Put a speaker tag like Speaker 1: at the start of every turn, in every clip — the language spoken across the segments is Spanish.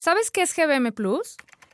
Speaker 1: ¿Sabes qué es GBM Plus?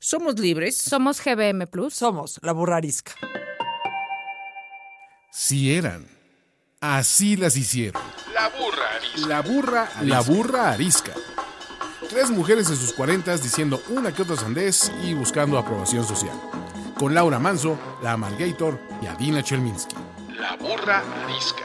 Speaker 2: Somos libres.
Speaker 1: Somos GBM Plus.
Speaker 3: Somos la burrarisca.
Speaker 4: Si eran. Así las hicieron.
Speaker 5: La burra arisca.
Speaker 4: La burra, la burra arisca. Tres mujeres en sus cuarentas diciendo una que otra sandez y buscando aprobación social. Con Laura Manso, la Amalgator y Adina Chelminsky.
Speaker 5: La burra arisca.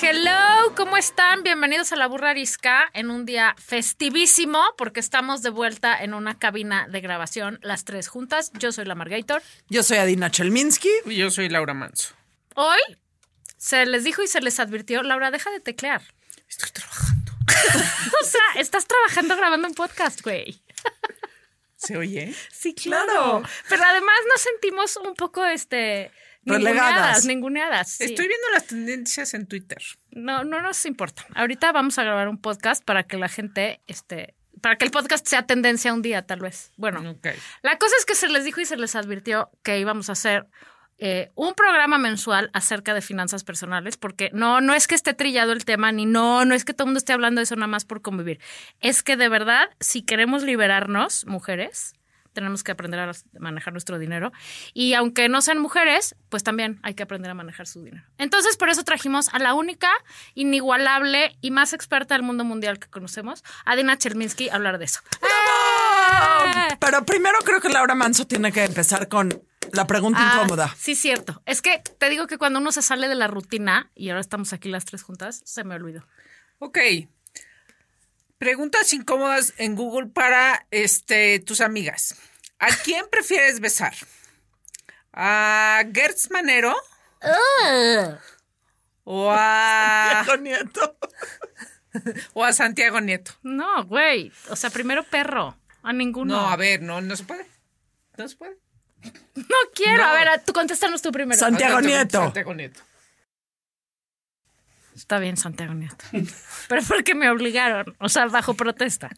Speaker 1: Hello, ¿cómo están? Bienvenidos a La Burra Arisca en un día festivísimo porque estamos de vuelta en una cabina de grabación las tres juntas. Yo soy la Margator.
Speaker 3: Yo soy Adina Chelminsky.
Speaker 2: Y yo soy Laura Manso.
Speaker 1: Hoy se les dijo y se les advirtió, Laura, deja de teclear.
Speaker 2: Estoy trabajando.
Speaker 1: O sea, estás trabajando grabando un podcast, güey.
Speaker 2: ¿Se oye?
Speaker 1: Sí, claro. Pero además nos sentimos un poco, este... Ninguneadas,
Speaker 3: Relegadas.
Speaker 1: ninguneadas. sí.
Speaker 2: Estoy viendo las tendencias en Twitter.
Speaker 1: No, no nos importa. Ahorita vamos a grabar un podcast para que la gente, este, para que el podcast sea tendencia un día, tal vez. Bueno,
Speaker 2: Ok.
Speaker 1: la cosa es que se les dijo y se les advirtió que íbamos a hacer eh, un programa mensual acerca de finanzas personales, porque no, no es que esté trillado el tema, ni no, no es que todo el mundo esté hablando de eso nada más por convivir. Es que de verdad, si queremos liberarnos, mujeres, tenemos que aprender a manejar nuestro dinero. Y aunque no sean mujeres, pues también hay que aprender a manejar su dinero. Entonces, por eso trajimos a la única, inigualable y más experta del mundo mundial que conocemos, Adina Cherminsky, a hablar de eso. ¡Eh!
Speaker 3: Pero primero creo que Laura Manso tiene que empezar con la pregunta
Speaker 1: Ah,
Speaker 3: incómoda.
Speaker 1: Sí, cierto. Es que te digo que cuando uno se sale de la rutina, y ahora estamos aquí las tres juntas, se me olvidó.
Speaker 2: Ok. Preguntas incómodas en Google para este, tus amigas. ¿A quién prefieres besar? ¿A Gertz Manero? ¿O a,
Speaker 3: Don Nieto.
Speaker 2: o a Santiago Nieto?
Speaker 1: No, güey. O sea, primero perro. A ninguno.
Speaker 2: No, a ver, no, no se puede. No se puede.
Speaker 1: No quiero.
Speaker 2: no.
Speaker 1: A ver, a- tú contéstanos tú primero.
Speaker 3: Santi- Santiago
Speaker 2: Ah, no,
Speaker 3: Nieto.
Speaker 2: Santiago Nieto.
Speaker 1: Está bien, Santiago Nieto. Pero porque me obligaron. O sea, bajo protesta.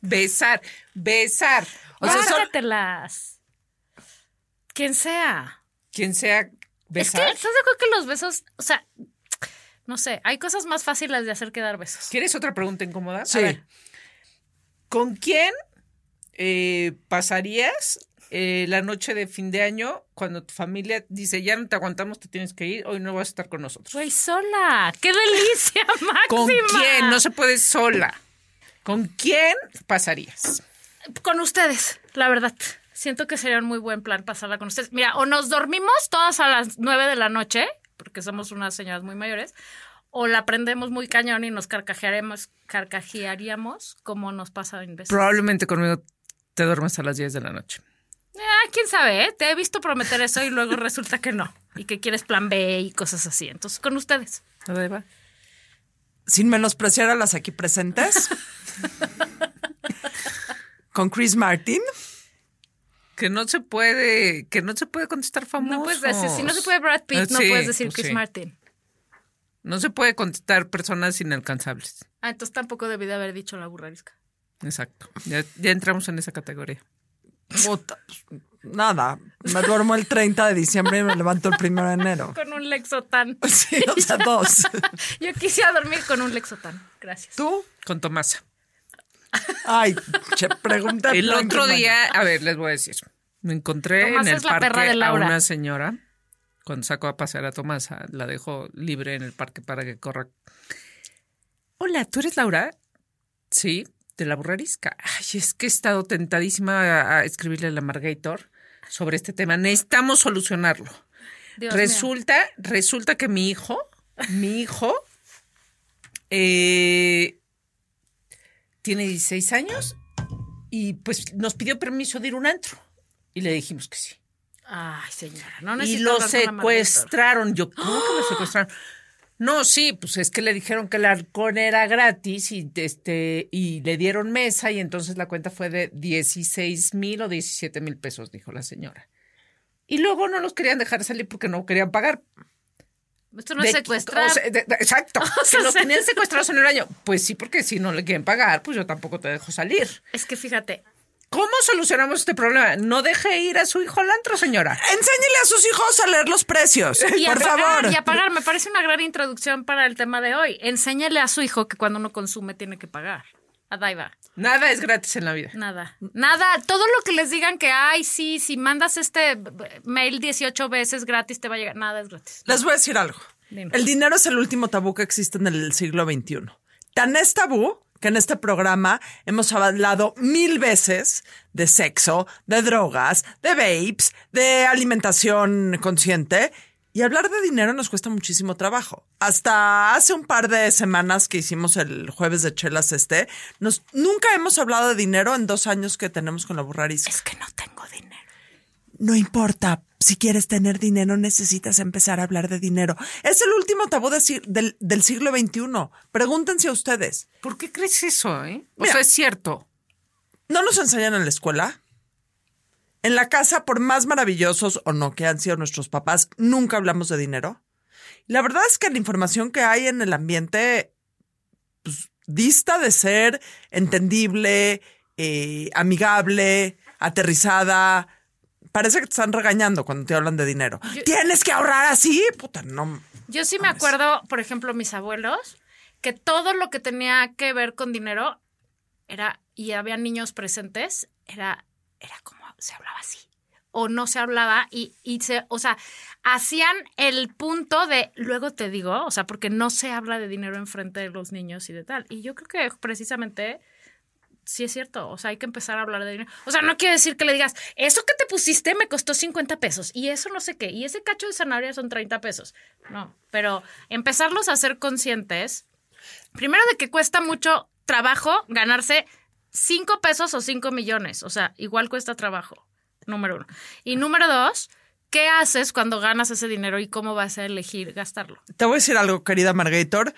Speaker 2: Besar, besar.
Speaker 3: O sea, son-
Speaker 1: Bájatelas. Quien sea.
Speaker 2: Quien sea
Speaker 1: Es que,
Speaker 2: besar.
Speaker 1: ¿estás de acuerdo que los besos, o sea, no sé, hay cosas más fáciles de hacer que dar besos?
Speaker 2: ¿Quieres otra pregunta incómoda?
Speaker 3: Sí.
Speaker 2: A ver, ¿Con quién eh, pasarías eh, la noche de fin de año cuando tu familia dice ya no te aguantamos, te tienes que ir, hoy no vas a estar con nosotros?
Speaker 1: Güey, sola. ¡Qué delicia, máxima!
Speaker 2: ¿Con quién? No se puede sola. ¿Con quién pasarías?
Speaker 1: Con ustedes, la verdad. Siento que sería un muy buen plan pasarla con ustedes. Mira, o nos dormimos todas a las nueve de la noche, porque somos unas señoras muy mayores, o la prendemos muy cañón y nos carcajearemos, carcajearíamos como nos pasa en veces.
Speaker 2: Probablemente conmigo te duermes a las 10 de la noche.
Speaker 1: Ah, quién sabe, ¿eh? Te he visto prometer eso y luego resulta que no. Y que quieres plan B y cosas así. Entonces, con ustedes.
Speaker 3: Sin menospreciar a las aquí presentes. con Chris Martin.
Speaker 2: Que no se puede, que no se puede contestar famosos.
Speaker 1: No puedes decir, si no se puede Brad Pitt,
Speaker 2: Ah,
Speaker 1: no
Speaker 2: sí,
Speaker 1: puedes decir
Speaker 2: pues
Speaker 1: Chris
Speaker 2: sí.
Speaker 1: Martin.
Speaker 2: No se puede contestar personas inalcanzables.
Speaker 1: Ah, entonces tampoco debí de haber dicho la burrarisca.
Speaker 2: Exacto. Ya, ya entramos en esa categoría.
Speaker 3: Puta, Nada. Me duermo el 30 de diciembre y me levanto el 1 de enero.
Speaker 1: Con un lexotan.
Speaker 3: Sí, o sea, dos.
Speaker 1: Yo quisiera dormir con un lexotan. Gracias.
Speaker 3: ¿Tú?
Speaker 2: Con Tomasa.
Speaker 3: Ay, che, pregunta.
Speaker 2: El
Speaker 3: blanca,
Speaker 2: otro
Speaker 3: hermana.
Speaker 2: día, a ver, les voy a decir. Me encontré
Speaker 1: Tomasa
Speaker 2: en el
Speaker 1: es la perra
Speaker 2: parque
Speaker 1: de
Speaker 2: a
Speaker 1: Laura.
Speaker 2: una señora. Cuando sacó a pasear a Tomasa, la dejó libre en el parque para que corra. Hola, ¿tú eres Laura? Sí, de la burrarisca. Ay, es que he estado tentadísima a, a escribirle a la Margator sobre este tema. Necesitamos solucionarlo.
Speaker 1: Dios mío.
Speaker 2: resulta, resulta que mi hijo, mi hijo, eh, tiene 16 años y pues nos pidió permiso de ir a un antro. Y le dijimos que sí.
Speaker 1: Ay, señora, no
Speaker 2: y
Speaker 1: necesito
Speaker 2: lo
Speaker 1: hablar con la Margator.
Speaker 2: secuestraron. Yo, ¿cómo que lo secuestraron? No, sí, pues es que le dijeron que el arcón era gratis y, este, y le dieron mesa y entonces la cuenta fue de 16 mil o 17 mil pesos, dijo la señora. Y luego no los querían dejar salir porque no querían pagar.
Speaker 1: Esto no
Speaker 2: De-
Speaker 1: es secuestrar.
Speaker 2: o sea, de- de- exacto.
Speaker 1: O sea,
Speaker 2: que los
Speaker 1: se-
Speaker 2: tenían secuestrados en el baño. Pues sí, porque si no le quieren pagar, pues yo tampoco te dejo salir.
Speaker 1: es que fíjate,
Speaker 2: ¿Cómo solucionamos este problema? No deje ir a su hijo al antro, señora.
Speaker 3: Enséñele a sus hijos a leer los precios,
Speaker 1: Y
Speaker 3: por
Speaker 1: a pagar,
Speaker 2: ah,
Speaker 3: favor.
Speaker 1: Y a pagar, me parece una gran introducción para el tema de hoy. Enséñale a su hijo que cuando uno consume tiene que pagar. Adaiba,
Speaker 2: Nada es gratis en la vida.
Speaker 1: nada. Nada, todo lo que les digan que, ay, sí, si mandas este b- b- mail 18 veces gratis te va a llegar. Nada es gratis.
Speaker 3: Les voy a decir algo.
Speaker 1: Dime.
Speaker 3: El dinero es el último tabú que existe en el siglo XXI. Tan es tabú que en este programa hemos hablado mil veces de sexo, de drogas, de vapes, de alimentación consciente. Y hablar de dinero nos cuesta muchísimo trabajo. Hasta hace un par de semanas que hicimos el jueves de Chelas este, nos, nunca hemos hablado de dinero en dos años que tenemos con la burrarisca.
Speaker 1: Es que no tengo dinero.
Speaker 3: No importa. Si quieres tener dinero, necesitas empezar a hablar de dinero. Es el último tabú de si- del, del siglo XXI. Pregúntense a ustedes.
Speaker 2: ¿Por qué crees eso, eh? O
Speaker 3: Mira.
Speaker 2: sea, es cierto.
Speaker 3: ¿No nos enseñan en la escuela? En la casa, por más maravillosos o no que han sido nuestros papás, nunca hablamos de dinero. La verdad es que la información que hay en el ambiente pues, dista de ser entendible, eh, amigable, aterrizada. Parece que te están regañando cuando te hablan de dinero. Tienes que ahorrar así, puta, no.
Speaker 1: Yo sí me acuerdo, por ejemplo, mis abuelos, que todo lo que tenía que ver con dinero era, y había niños presentes, era, era como se hablaba así. O no se hablaba y, y se, o sea, hacían el punto de luego te digo, o sea, porque no se habla de dinero enfrente de los niños y de tal. Y yo creo que precisamente sí es cierto. O sea, hay que empezar a hablar de dinero. O sea, no quiere decir que le digas, eso que te pusiste me costó 50 pesos y eso no sé qué, y ese cacho de zanahoria son 30 pesos. No, pero empezarlos a ser conscientes, primero de que cuesta mucho trabajo ganarse 5 pesos o 5 millones. O sea, igual cuesta trabajo, número uno. Y número dos, ¿qué haces cuando ganas ese dinero y cómo vas a elegir gastarlo?
Speaker 3: Te voy a decir algo, querida Margator.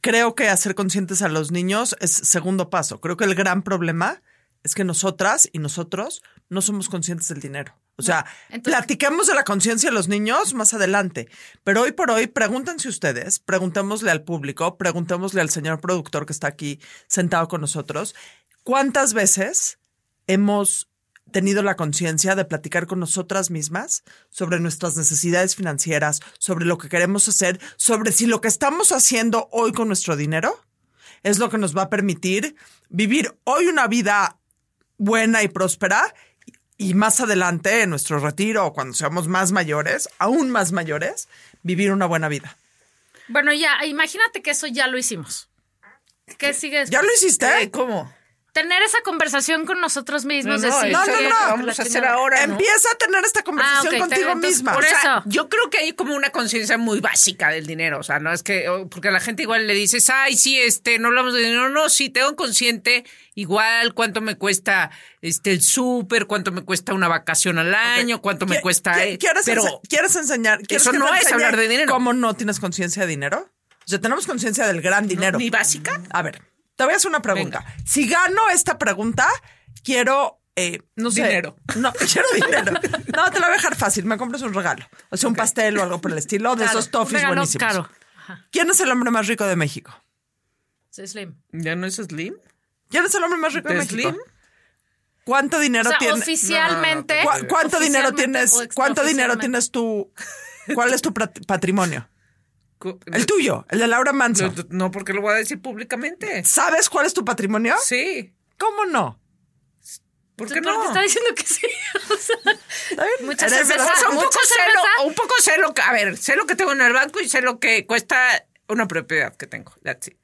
Speaker 3: Creo que hacer conscientes a los niños es segundo paso. Creo que el gran problema es que nosotras y nosotros no somos conscientes del dinero. O sea,
Speaker 1: entonces-
Speaker 3: platiquemos de la conciencia de los niños más adelante. Pero hoy por hoy, pregúntense ustedes, preguntémosle al público, preguntémosle al señor productor que está aquí sentado con nosotros, ¿cuántas veces hemos tenido la conciencia de platicar con nosotras mismas sobre nuestras necesidades financieras, sobre lo que queremos hacer, sobre si lo que estamos haciendo hoy con nuestro dinero es lo que nos va a permitir vivir hoy una vida buena y próspera y más adelante en nuestro retiro o cuando seamos más mayores, aún más mayores, vivir una buena vida.
Speaker 1: Bueno, ya, imagínate que eso ya lo hicimos. ¿Qué sigue después?
Speaker 3: ¿Ya lo hiciste?
Speaker 2: Eh, ¿Cómo?
Speaker 1: tener esa conversación con nosotros mismos.
Speaker 2: No, no,
Speaker 1: decir,
Speaker 2: no,
Speaker 1: "Oye,
Speaker 3: no,
Speaker 1: ¿qué
Speaker 3: no,
Speaker 2: vamos a hacer ahora". ¿no?
Speaker 3: Empieza a tener esta conversación
Speaker 1: Ah, ok,
Speaker 3: contigo
Speaker 1: entonces,
Speaker 3: misma.
Speaker 1: por
Speaker 3: O sea,
Speaker 1: eso.
Speaker 2: Yo creo que hay como una conciencia muy básica del dinero, o sea, no es que o- porque a la gente igual le dices, "Ay, sí, este, no hablamos de dinero." No, sí, tengo consciente igual cuánto me cuesta este el súper, cuánto me cuesta una vacación al año, cuánto me
Speaker 3: ¿Qui-
Speaker 2: cuesta,
Speaker 3: qui-
Speaker 2: eh,
Speaker 3: ¿Quieres,
Speaker 2: pero
Speaker 3: ense- quieres enseñar? ¿quieres
Speaker 2: eso
Speaker 3: que te
Speaker 2: no es
Speaker 3: enseñe
Speaker 2: hablar de dinero.
Speaker 3: ¿Cómo no tienes conciencia de dinero? O sea, tenemos conciencia del gran dinero.
Speaker 2: ni básica?
Speaker 3: A ver, te voy a hacer una pregunta. Si gano esta pregunta, quiero, eh, no sé.
Speaker 2: Dinero.
Speaker 3: No, quiero dinero. No, te la voy a dejar fácil. Me compras un regalo. O sea, un pastel o algo por el estilo. De
Speaker 1: Claro,
Speaker 3: esos toffees
Speaker 1: un regalo
Speaker 3: buenísimos.
Speaker 1: caro. Ajá,
Speaker 3: ¿Quién es el hombre más rico de México?
Speaker 1: sí, Slim.
Speaker 2: ¿Ya no es slim?
Speaker 3: ¿Quién es el hombre más rico de,
Speaker 2: ¿De
Speaker 3: México?
Speaker 2: slim?
Speaker 3: ¿Cuánto dinero
Speaker 1: O sea,
Speaker 3: tiene?
Speaker 1: oficialmente.
Speaker 3: ¿Cu- ¿Cuánto dinero
Speaker 1: oficialmente
Speaker 3: tienes?
Speaker 1: o ex-
Speaker 3: ¿Cuánto dinero
Speaker 1: oficialmente.
Speaker 3: tienes tú? ¿Cuál es tu pat- patrimonio?
Speaker 2: Co-
Speaker 3: El tuyo, el de Laura Manso.
Speaker 2: no, no, porque lo voy a decir públicamente.
Speaker 3: ¿Sabes cuál es tu patrimonio?
Speaker 2: Sí.
Speaker 3: ¿Cómo no?
Speaker 2: ¿Por
Speaker 1: Tú-
Speaker 2: qué
Speaker 1: pero
Speaker 2: no?
Speaker 1: te está diciendo que sí. o sea,
Speaker 3: ¿Está bien?
Speaker 1: Mucha
Speaker 3: Eres
Speaker 1: cerveza,
Speaker 3: verdad-
Speaker 2: O sea, un
Speaker 1: mucha
Speaker 2: poco sé
Speaker 1: cerveza.
Speaker 2: lo, un poco sé lo que, a ver, sé lo que tengo en el banco y sé lo que cuesta una propiedad que tengo. That's it.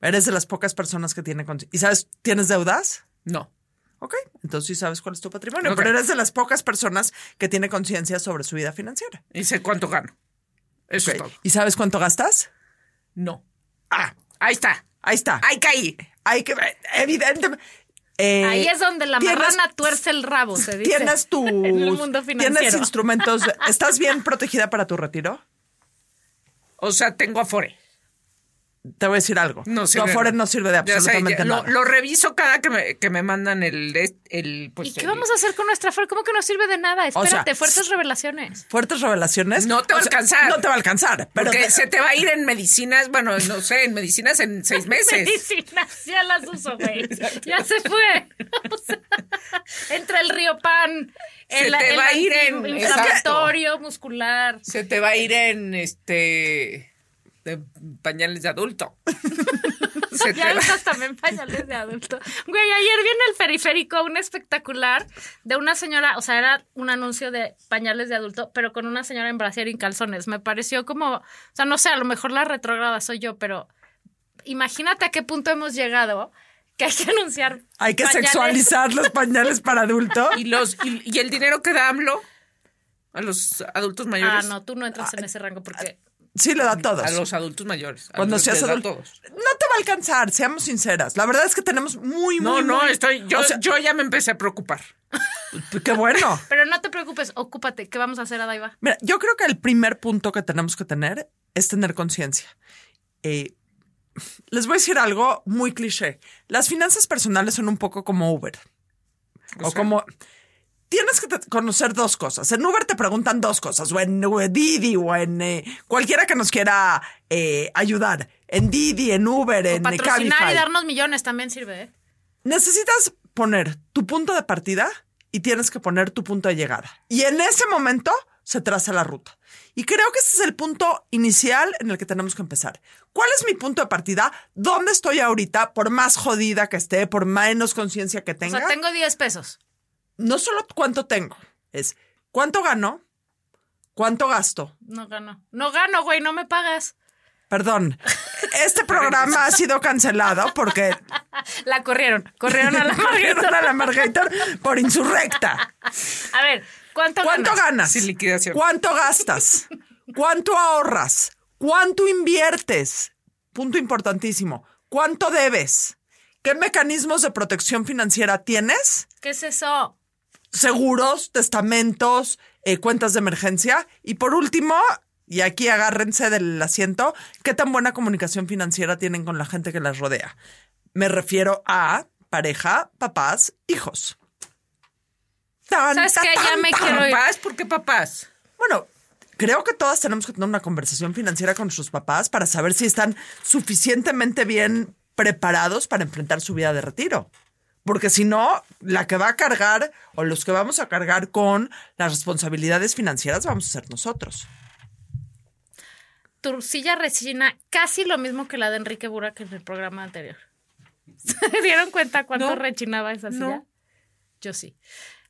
Speaker 3: Eres de las pocas personas que tiene con- ¿Y sabes, tienes deudas?
Speaker 2: No.
Speaker 3: Ok, entonces sí sabes cuál es tu patrimonio,
Speaker 2: Ok.
Speaker 3: pero eres de las pocas personas que tiene conciencia sobre su vida financiera.
Speaker 2: Y sé cuánto gano. Eso
Speaker 3: Ok,
Speaker 2: es todo.
Speaker 3: ¿Y sabes cuánto gastas?
Speaker 2: No. Ah, ahí está.
Speaker 3: Ahí está.
Speaker 2: Ahí caí.
Speaker 3: Hay que ver, evidentemente. eh,
Speaker 1: Ahí es donde la
Speaker 3: tienes-
Speaker 1: marrana tuerce el rabo, se dice.
Speaker 3: Tienes tu.
Speaker 1: el mundo
Speaker 3: Tienes
Speaker 1: financiero.
Speaker 3: instrumentos. ¿Estás bien protegida para tu retiro?
Speaker 2: O sea, tengo Afore.
Speaker 3: Te voy a decir algo.
Speaker 2: No
Speaker 3: tu
Speaker 2: sirve.
Speaker 3: Afore no sirve de
Speaker 2: Ya sé,
Speaker 3: absolutamente
Speaker 2: ya, lo-
Speaker 3: nada.
Speaker 2: Lo, reviso cada que me, que me mandan el, el pues,
Speaker 1: ¿Y qué
Speaker 2: el-
Speaker 1: vamos a hacer con nuestra Afore? ¿Cómo que no sirve de nada?
Speaker 3: sea,
Speaker 1: Espérate, fuertes revelaciones.
Speaker 3: Fuertes revelaciones.
Speaker 2: No te va
Speaker 3: O
Speaker 2: a
Speaker 3: sea,
Speaker 2: alcanzar.
Speaker 3: No te va a alcanzar. Pero
Speaker 2: Porque
Speaker 3: te-
Speaker 2: se te va a ir en medicinas, bueno, no sé, en medicinas en seis meses.
Speaker 1: Medicinas, ya las uso, güey. ya se fue. O sea, entre el río pan,
Speaker 2: Se
Speaker 1: el,
Speaker 2: te
Speaker 1: el
Speaker 2: va a ir en-
Speaker 1: inflamatorio muscular.
Speaker 2: Se te va a ir en este de pañales de adulto. Se te
Speaker 1: Ya
Speaker 2: va-
Speaker 1: usas también pañales de adulto. Güey, ayer vi en el periférico un espectacular de una señora, o sea, era un anuncio de pañales de adulto, pero con una señora en brasier y en calzones. Me pareció como, o sea, no sé, a lo mejor la retrógrada soy yo, pero imagínate a qué punto hemos llegado que hay que anunciar.
Speaker 3: hay que
Speaker 1: pañales.
Speaker 3: sexualizar los pañales para adulto.
Speaker 2: Y los y, y el dinero que da AMLO a los adultos
Speaker 1: Ah,
Speaker 2: mayores.
Speaker 1: no, tú no entras en ese rango porque
Speaker 3: Sí, le da a todos.
Speaker 2: A los adultos mayores. a
Speaker 3: Cuando
Speaker 2: los-
Speaker 3: seas
Speaker 2: les da a
Speaker 3: adulto. No
Speaker 2: todos.
Speaker 3: te va a alcanzar, seamos sinceras. La verdad es que tenemos muy,
Speaker 2: No,
Speaker 3: muy.
Speaker 2: no,
Speaker 3: muy-
Speaker 2: estoy yo
Speaker 3: O sea,
Speaker 2: yo ya me empecé a preocupar.
Speaker 3: Qué bueno.
Speaker 1: Pero no te preocupes, ocúpate, ¿qué vamos a hacer a Daiva?
Speaker 3: Mira, yo creo que el primer punto que tenemos que tener es tener conciencia. Eh, les voy a decir algo muy cliché. Las finanzas personales son un poco como Uber. O,
Speaker 2: sea-
Speaker 3: como... Tienes que te- conocer dos cosas. En Uber te preguntan dos cosas, o en, o en Didi, o en eh, cualquiera que nos quiera eh, ayudar. En Didi, en Uber, en eh,
Speaker 1: Patrocinar
Speaker 3: Cabify.
Speaker 1: y darnos millones también sirve, ¿eh?
Speaker 3: Necesitas poner tu punto de partida y tienes que poner tu punto de llegada. Y en ese momento se traza la ruta. Y creo que ese es el punto inicial en el que tenemos que empezar. ¿Cuál es mi punto de partida? ¿Dónde estoy ahorita? Por más jodida que esté, por menos conciencia que
Speaker 1: O
Speaker 3: tenga.
Speaker 1: sea, tengo 10 pesos.
Speaker 3: No solo cuánto tengo, es cuánto gano, cuánto gasto.
Speaker 1: No gano. No gano, güey, no me pagas.
Speaker 3: Perdón, este programa ha sido cancelado porque
Speaker 1: La corrieron, corrieron a la
Speaker 3: corrieron
Speaker 1: Margarita.
Speaker 3: a la Margarita por insurrecta.
Speaker 1: A ver, ¿cuánto,
Speaker 3: ¿Cuánto
Speaker 1: ganas?
Speaker 3: ganas?
Speaker 2: Sin liquidación.
Speaker 3: ¿Cuánto gastas? ¿Cuánto ahorras? ¿Cuánto inviertes? Punto importantísimo. ¿Cuánto debes? ¿Qué mecanismos de protección financiera tienes?
Speaker 1: ¿Qué es eso?
Speaker 3: Seguros, testamentos, eh, cuentas de emergencia. Y por último, y aquí agárrense del asiento, ¿qué tan buena comunicación financiera tienen con la gente que las rodea? Me refiero a pareja, papás, hijos. Tan,
Speaker 1: ¿Sabes
Speaker 3: ta,
Speaker 1: qué? Ya
Speaker 3: tan,
Speaker 1: me
Speaker 3: tan.
Speaker 1: quiero ir.
Speaker 2: papás, ¿por qué papás?
Speaker 3: Bueno, creo que todas tenemos que tener una conversación financiera con nuestros papás para saber si están suficientemente bien preparados para enfrentar su vida de retiro. Porque si no, la que va a cargar o los que vamos a cargar con las responsabilidades financieras vamos a ser nosotros.
Speaker 1: Tu silla resina casi lo mismo que la de Enrique Burak en el programa anterior. ¿Se dieron cuenta cuánto
Speaker 2: No.
Speaker 1: rechinaba esa silla?
Speaker 2: No.
Speaker 1: Yo sí.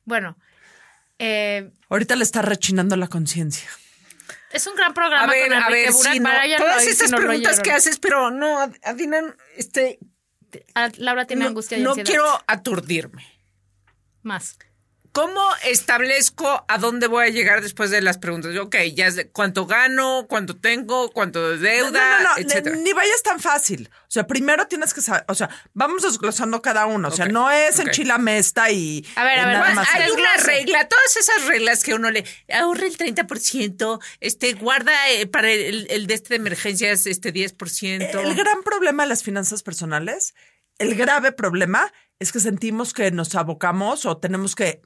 Speaker 1: Bueno, eh,
Speaker 3: Ahorita le está rechinando la conciencia.
Speaker 1: es un gran
Speaker 2: A
Speaker 1: programa
Speaker 2: ver,
Speaker 1: con
Speaker 2: a
Speaker 1: Enrique
Speaker 2: ver,
Speaker 1: Burak.
Speaker 2: si no,
Speaker 1: váyanlo a
Speaker 2: todas
Speaker 1: oír si
Speaker 2: estas
Speaker 1: no lo
Speaker 2: preguntas que
Speaker 1: oyeron.
Speaker 2: haces, pero no, Ad- Adina, este,
Speaker 1: Ah, Laura tiene
Speaker 2: no,
Speaker 1: angustia y
Speaker 2: no
Speaker 1: ansiedad.
Speaker 2: quiero aturdirme.
Speaker 1: Más.
Speaker 2: ¿Cómo establezco a dónde voy a llegar después de las preguntas? Yo, Ok, ya sé cuánto gano, cuánto tengo, cuánto de deuda,
Speaker 3: No, no, no,
Speaker 2: etcétera.
Speaker 3: ni vayas tan fácil. O sea, primero tienes que saber, o sea, vamos desglosando cada uno. O sea,
Speaker 2: Ok,
Speaker 3: no es
Speaker 2: ok.
Speaker 3: enchilame esta y...
Speaker 1: A ver, a
Speaker 3: y
Speaker 1: ver,
Speaker 3: nada
Speaker 1: ¿cuál-
Speaker 2: Pues,
Speaker 3: más.
Speaker 1: hay
Speaker 2: hay una
Speaker 1: Desglose.
Speaker 2: regla, todas esas reglas que uno le ahorra el 30%, este, guarda eh, para el, el de este de emergencias este 10%.
Speaker 3: El gran problema de las finanzas personales, el grave problema, es que sentimos que nos abocamos o tenemos que.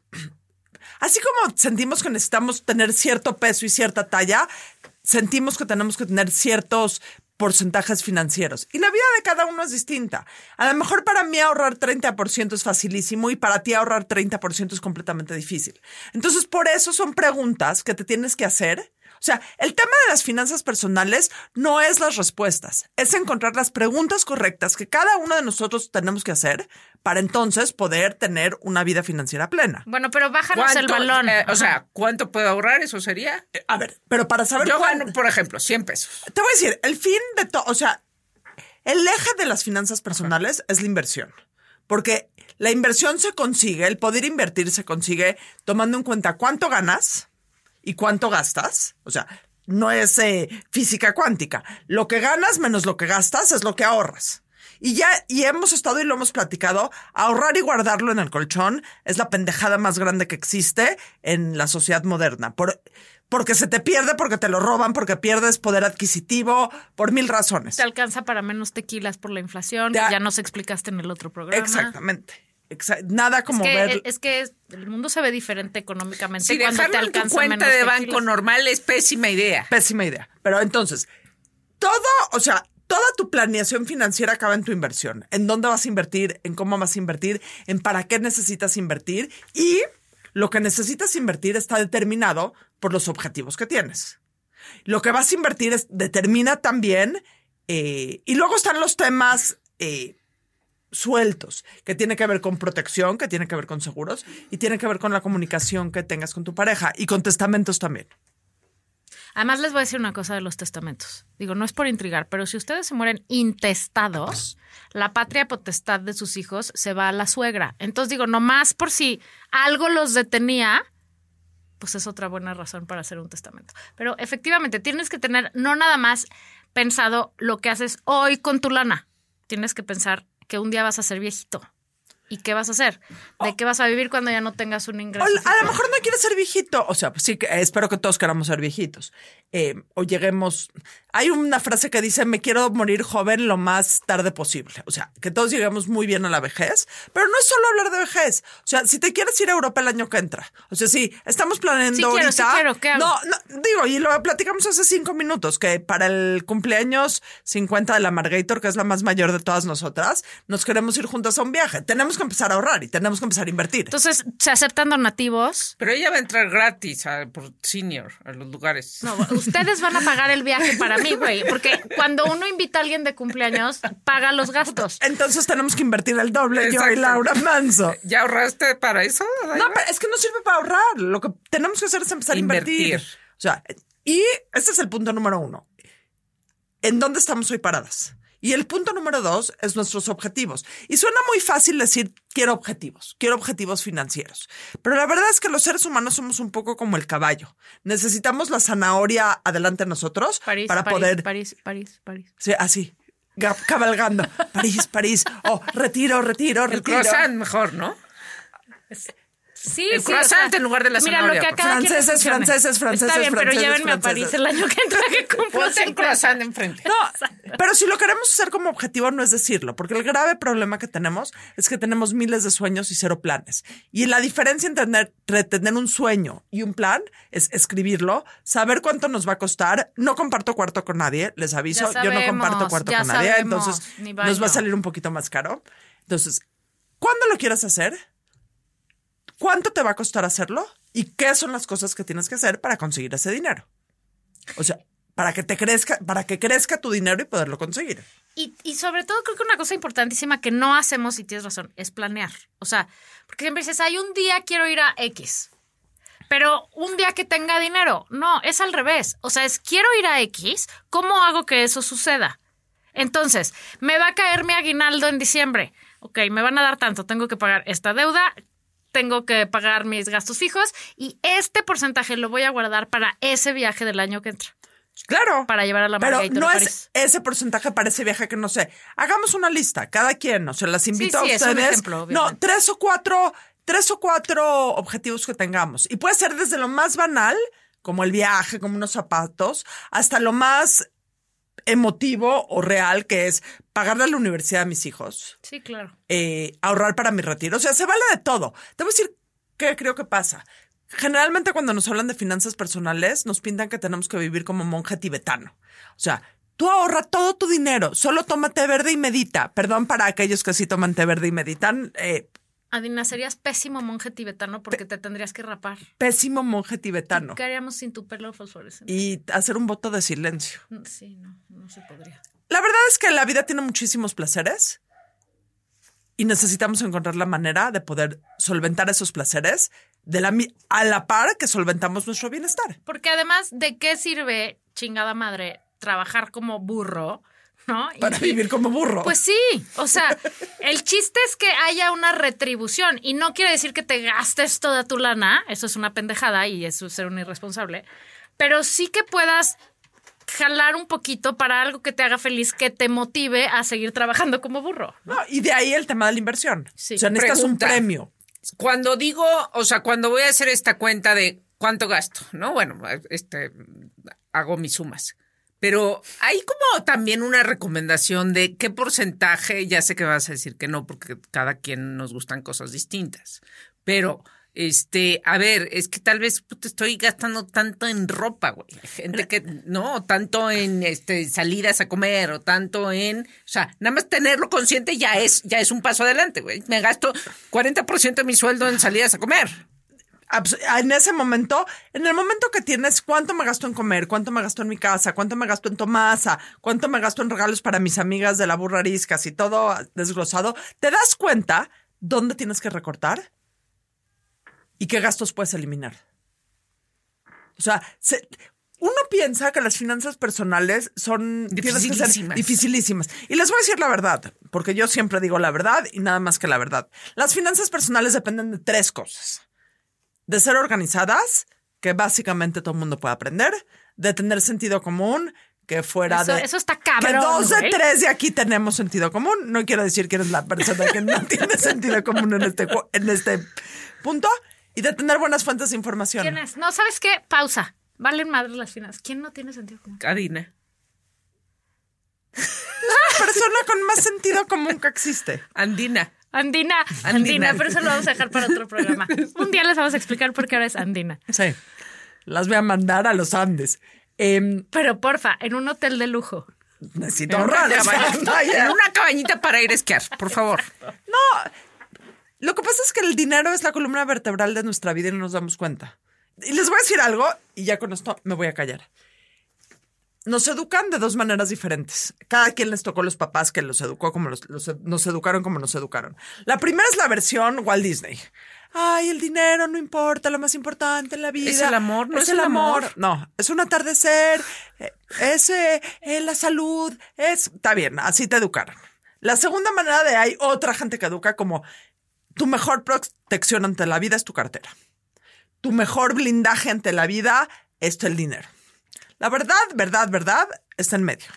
Speaker 3: Así como sentimos que necesitamos tener cierto peso y cierta talla, sentimos que tenemos que tener ciertos porcentajes financieros. Y la vida de cada uno es distinta. A lo mejor para mí ahorrar 30% es facilísimo y para ti ahorrar 30% es completamente difícil. Entonces, por eso son preguntas que te tienes que hacer. O sea, el tema de las finanzas personales no es las respuestas, es encontrar las preguntas correctas que cada uno de nosotros tenemos que hacer para entonces poder tener una vida financiera plena.
Speaker 1: Bueno, pero bájanos el
Speaker 2: ¿Cuánto,
Speaker 1: balón.
Speaker 2: eh, o
Speaker 1: Ajá.
Speaker 2: sea, ¿cuánto puedo ahorrar? Eso sería.
Speaker 3: Eh, A ver, pero para saber
Speaker 2: Yo
Speaker 3: cuán-
Speaker 2: gano, por ejemplo, 100 pesos.
Speaker 3: te voy a decir, el fin de todo, o sea, el eje de las finanzas personales es la inversión. Porque la inversión se consigue, el poder invertir se consigue tomando en cuenta cuánto ganas y cuánto gastas. O sea, no es eh, física cuántica. Lo que ganas menos lo que gastas es lo que ahorras. Y ya, y hemos estado y lo hemos platicado, ahorrar y guardarlo en el colchón es la pendejada más grande que existe en la sociedad moderna. Por, porque se te pierde, porque te lo roban, porque pierdes poder adquisitivo, por mil razones.
Speaker 1: Te alcanza para menos tequilas por la inflación,
Speaker 3: Te
Speaker 1: que
Speaker 3: a-
Speaker 1: ya nos explicaste en el otro programa.
Speaker 3: Exactamente. Exa- Nada
Speaker 1: Es
Speaker 3: como
Speaker 1: que, eh, e-,
Speaker 3: ver.
Speaker 1: es que es- el mundo se ve diferente económicamente
Speaker 2: Si
Speaker 1: cuando te
Speaker 2: dejarlo en tu
Speaker 1: alcanza
Speaker 2: cuenta
Speaker 1: menos
Speaker 2: de banco
Speaker 1: tequilas.
Speaker 2: normal es pésima idea.
Speaker 3: Pésima idea. Pero entonces, todo, o sea, toda tu planeación financiera acaba en tu inversión. En dónde vas a invertir, en cómo vas a invertir, en para qué necesitas invertir. Y lo que necesitas invertir está determinado por los objetivos que tienes. Lo que vas a invertir es, determina también. eh, y luego están los temas. eh, sueltos, que tiene que ver con protección, que tiene que ver con seguros y tiene que ver con la comunicación que tengas con tu pareja y con testamentos también.
Speaker 1: Además, les voy a decir una cosa de los testamentos. Digo, no es por intrigar, pero si ustedes se mueren intestados, la patria potestad de sus hijos se va a la suegra. Entonces, digo, nomás por si algo los detenía, pues es otra buena razón para hacer un testamento. Pero efectivamente, tienes que tener no nada más pensado lo que haces hoy con tu lana. Tienes que pensar que un día vas a ser viejito. ¿Y qué vas a hacer? ¿De qué vas a vivir cuando ya no tengas un
Speaker 3: O
Speaker 1: ingreso?
Speaker 3: l- Oh. a
Speaker 1: fijo?
Speaker 3: lo mejor no quieres ser viejito. O sea, pues sí, que- eh, espero que todos queramos ser viejitos. Eh, o lleguemos. Hay una frase que dice: Me quiero morir joven lo más tarde posible. O sea, que todos lleguemos muy bien a la vejez. Pero no es solo hablar de vejez. O sea, si te quieres ir a Europa el año que entra. O sea, sí, estamos planeando
Speaker 1: Sí quiero, sí
Speaker 3: ahorita.
Speaker 1: quiero, ¿qué hago?
Speaker 3: No, no, digo, y lo platicamos hace cinco minutos, que para el cumpleaños 50 de la Margator, que es la más mayor de todas nosotras, nos queremos ir juntas a un viaje. Tenemos que empezar a ahorrar y tenemos que empezar a invertir.
Speaker 1: Entonces, se aceptan donativos.
Speaker 2: Pero ella va a entrar gratis a, por senior a los lugares.
Speaker 1: No, ustedes van a pagar el viaje para mí, güey. Porque cuando uno invita a alguien de cumpleaños, paga los gastos.
Speaker 3: Entonces tenemos que invertir el doble, yo y
Speaker 2: Exacto.
Speaker 3: Laura Manso.
Speaker 2: ¿Ya ahorraste para eso?
Speaker 3: No, pero es que no sirve para ahorrar. Lo que tenemos que hacer es empezar a invertir.
Speaker 2: Invertir.
Speaker 3: O sea, y este es el punto número uno. ¿En dónde estamos hoy paradas? Y el punto número dos es nuestros objetivos. Y suena muy fácil decir, quiero objetivos, quiero objetivos financieros. Pero la verdad es que los seres humanos somos un poco como el caballo. Necesitamos la zanahoria adelante de nosotros
Speaker 1: París,
Speaker 3: para
Speaker 1: París,
Speaker 3: poder
Speaker 1: París, París, París.
Speaker 3: Sí, así. ga- Cabalgando. París, París. Oh, retiro, retiro,
Speaker 2: El
Speaker 3: retiro.
Speaker 2: croissant mejor, ¿no?
Speaker 1: Sí,
Speaker 2: El croissant en lugar de la
Speaker 1: Mira, lo
Speaker 2: zanahoria,
Speaker 1: que a
Speaker 2: por
Speaker 1: cada quien le
Speaker 3: Franceses,
Speaker 1: funcione.
Speaker 3: franceses, franceses,
Speaker 1: Está bien, pero
Speaker 3: franceses,
Speaker 1: llévenme a París
Speaker 3: franceses.
Speaker 1: el año que entra que
Speaker 3: Pues
Speaker 1: cumplo
Speaker 2: Ponte el
Speaker 1: 50.
Speaker 2: croissant enfrente.
Speaker 3: No, pero si lo queremos usar como objetivo no es decirlo, porque el grave problema que tenemos es que tenemos miles de sueños y cero planes. Y la diferencia entre tener, entre tener un sueño y un plan es escribirlo, saber cuánto nos va a costar. No comparto cuarto con nadie, les aviso,
Speaker 1: Ya
Speaker 3: yo no comparto
Speaker 1: sabemos,
Speaker 3: cuarto
Speaker 1: ya
Speaker 3: con nadie,
Speaker 1: sabemos,
Speaker 3: entonces
Speaker 1: ni baño.
Speaker 3: nos va a salir un poquito más caro. Entonces, ¿cuándo lo quieras hacer? ¿Cuánto te va a costar hacerlo? ¿Y qué son las cosas que tienes que hacer para conseguir ese dinero? O sea, para que te crezca, para que crezca tu dinero y poderlo conseguir.
Speaker 1: Y, y sobre todo creo que una cosa importantísima que no hacemos, y tienes razón, es planear. O sea, porque siempre dices, hay un día quiero ir a X, pero un día que tenga dinero. No, es al revés. O sea, es quiero ir a X, ¿cómo hago que eso suceda? Entonces, me va a caer mi aguinaldo en diciembre. Ok, me van a dar tanto, tengo que pagar esta deuda, tengo que pagar mis gastos fijos y este porcentaje lo voy a guardar para ese viaje del año que entra,
Speaker 3: Claro.
Speaker 1: para llevar a la
Speaker 3: pero
Speaker 1: Margarita a
Speaker 3: no
Speaker 1: París.
Speaker 3: es ese porcentaje para ese viaje que no sé. Hagamos una lista, cada quien, o sea, las invito
Speaker 1: sí,
Speaker 3: a
Speaker 1: es un
Speaker 3: ustedes.
Speaker 1: ejemplo,
Speaker 3: no,
Speaker 1: obviamente.
Speaker 3: tres o cuatro, tres o cuatro objetivos que tengamos. Y puede ser desde lo más banal, como el viaje, como unos zapatos, hasta lo más emotivo o real, que es pagarle a la universidad a mis hijos.
Speaker 1: Sí, claro.
Speaker 3: eh, ahorrar para mi retiro. O sea, se vale de todo. Te voy a decir qué creo que pasa. Generalmente cuando nos hablan de finanzas personales, nos pintan que tenemos que vivir como monje tibetano. O sea, tú ahorra todo tu dinero, solo toma té verde y medita. Perdón para aquellos que sí toman té verde y meditan. eh,
Speaker 1: Adina, serías pésimo monje tibetano porque te tendrías que rapar.
Speaker 3: pésimo monje tibetano.
Speaker 1: ¿Qué haríamos sin tu pelo fosforescente? Mm,
Speaker 3: Y hacer un voto de silencio.
Speaker 1: Sí, no, no se podría.
Speaker 3: La verdad es que la vida tiene muchísimos placeres y necesitamos encontrar la manera de poder solventar esos placeres de la, mi- a la par que solventamos nuestro bienestar.
Speaker 1: Porque además, ¿de qué sirve, chingada madre, trabajar como burro, no? Y-
Speaker 3: Para vivir como burro.
Speaker 1: Pues sí, o sea, el chiste es que haya una retribución y no quiere decir que te gastes toda tu lana, eso es una pendejada y eso es ser un irresponsable, pero sí que puedas jalar un poquito para algo que te haga feliz, que te motive a seguir trabajando como burro.
Speaker 3: No, y de ahí el tema de la inversión.
Speaker 1: Sí.
Speaker 3: O sea, necesitas
Speaker 2: Pregunta.
Speaker 3: un premio.
Speaker 2: Cuando digo, o sea, cuando voy a hacer esta cuenta de cuánto gasto, ¿no? Bueno, este, hago mis sumas. Pero hay como también una recomendación de qué porcentaje, ya sé que vas a decir que no, porque cada quien nos gustan cosas distintas. Pero, este, a ver, es que tal vez puta, estoy gastando tanto en ropa, güey. Gente que, no, o tanto en este, salidas a comer, o tanto en. O sea, nada más tenerlo consciente ya es, ya es un paso adelante, güey. Me gasto 40% de mi sueldo en salidas a comer.
Speaker 3: Abs- En ese momento, en el momento que tienes cuánto me gasto en comer, cuánto me gasto en mi casa, cuánto me gasto en Tomasa, cuánto me gasto en regalos para mis amigas de la burra ariscas y todo desglosado, te das cuenta dónde tienes que recortar y qué gastos puedes eliminar. O sea, se- uno piensa que las finanzas personales son tienes que ser
Speaker 2: Dificilísimas.
Speaker 3: dificilísimas. Y les voy a decir la verdad, porque yo siempre digo la verdad y nada más que la verdad. Las finanzas personales dependen de tres cosas de ser organizadas, que básicamente todo el mundo puede aprender, de tener sentido común, que fuera
Speaker 1: Eso-
Speaker 3: de...
Speaker 1: eso está cabrón,
Speaker 3: Que dos de
Speaker 1: güey.
Speaker 3: tres de aquí tenemos sentido común. No quiero decir que eres la persona que no tiene sentido común en este, ju- en este punto. Y de tener buenas fuentes de información.
Speaker 1: ¿Quién es? No, ¿sabes qué? Pausa. Valen madre las finanzas. ¿Quién no tiene sentido común?
Speaker 2: Karina.
Speaker 3: Persona con más sentido común que existe.
Speaker 2: Andina.
Speaker 1: Andina, Andina,
Speaker 2: Andina.
Speaker 1: pero eso lo vamos a dejar para otro programa. Un día les vamos a explicar por qué ahora es Andina.
Speaker 3: Sí. Las voy a mandar a los Andes. Em,
Speaker 1: Pero porfa, en un hotel de lujo.
Speaker 3: necesito ahorrar. o sea, vaya.
Speaker 2: En una cabañita para ir a esquiar, por favor.
Speaker 3: Lo que pasa es que el dinero es la columna vertebral de nuestra vida y no nos damos cuenta. Y les voy a decir algo, y ya con esto me voy a callar. Nos educan de dos maneras diferentes. Cada quien les tocó los papás que los educó como los, los ed- nos educaron como nos educaron. La primera es la versión Walt Disney. Ay, el dinero no importa, lo más importante en la vida.
Speaker 2: Es el amor, no es el amor.
Speaker 3: No, es un atardecer, eh, es eh, eh, la salud, es... Está bien, así te educaron. La segunda manera de hay otra gente que educa como tu mejor protección ante la vida es tu cartera. Tu mejor blindaje ante la vida es el dinero. La verdad, verdad, verdad está en medio.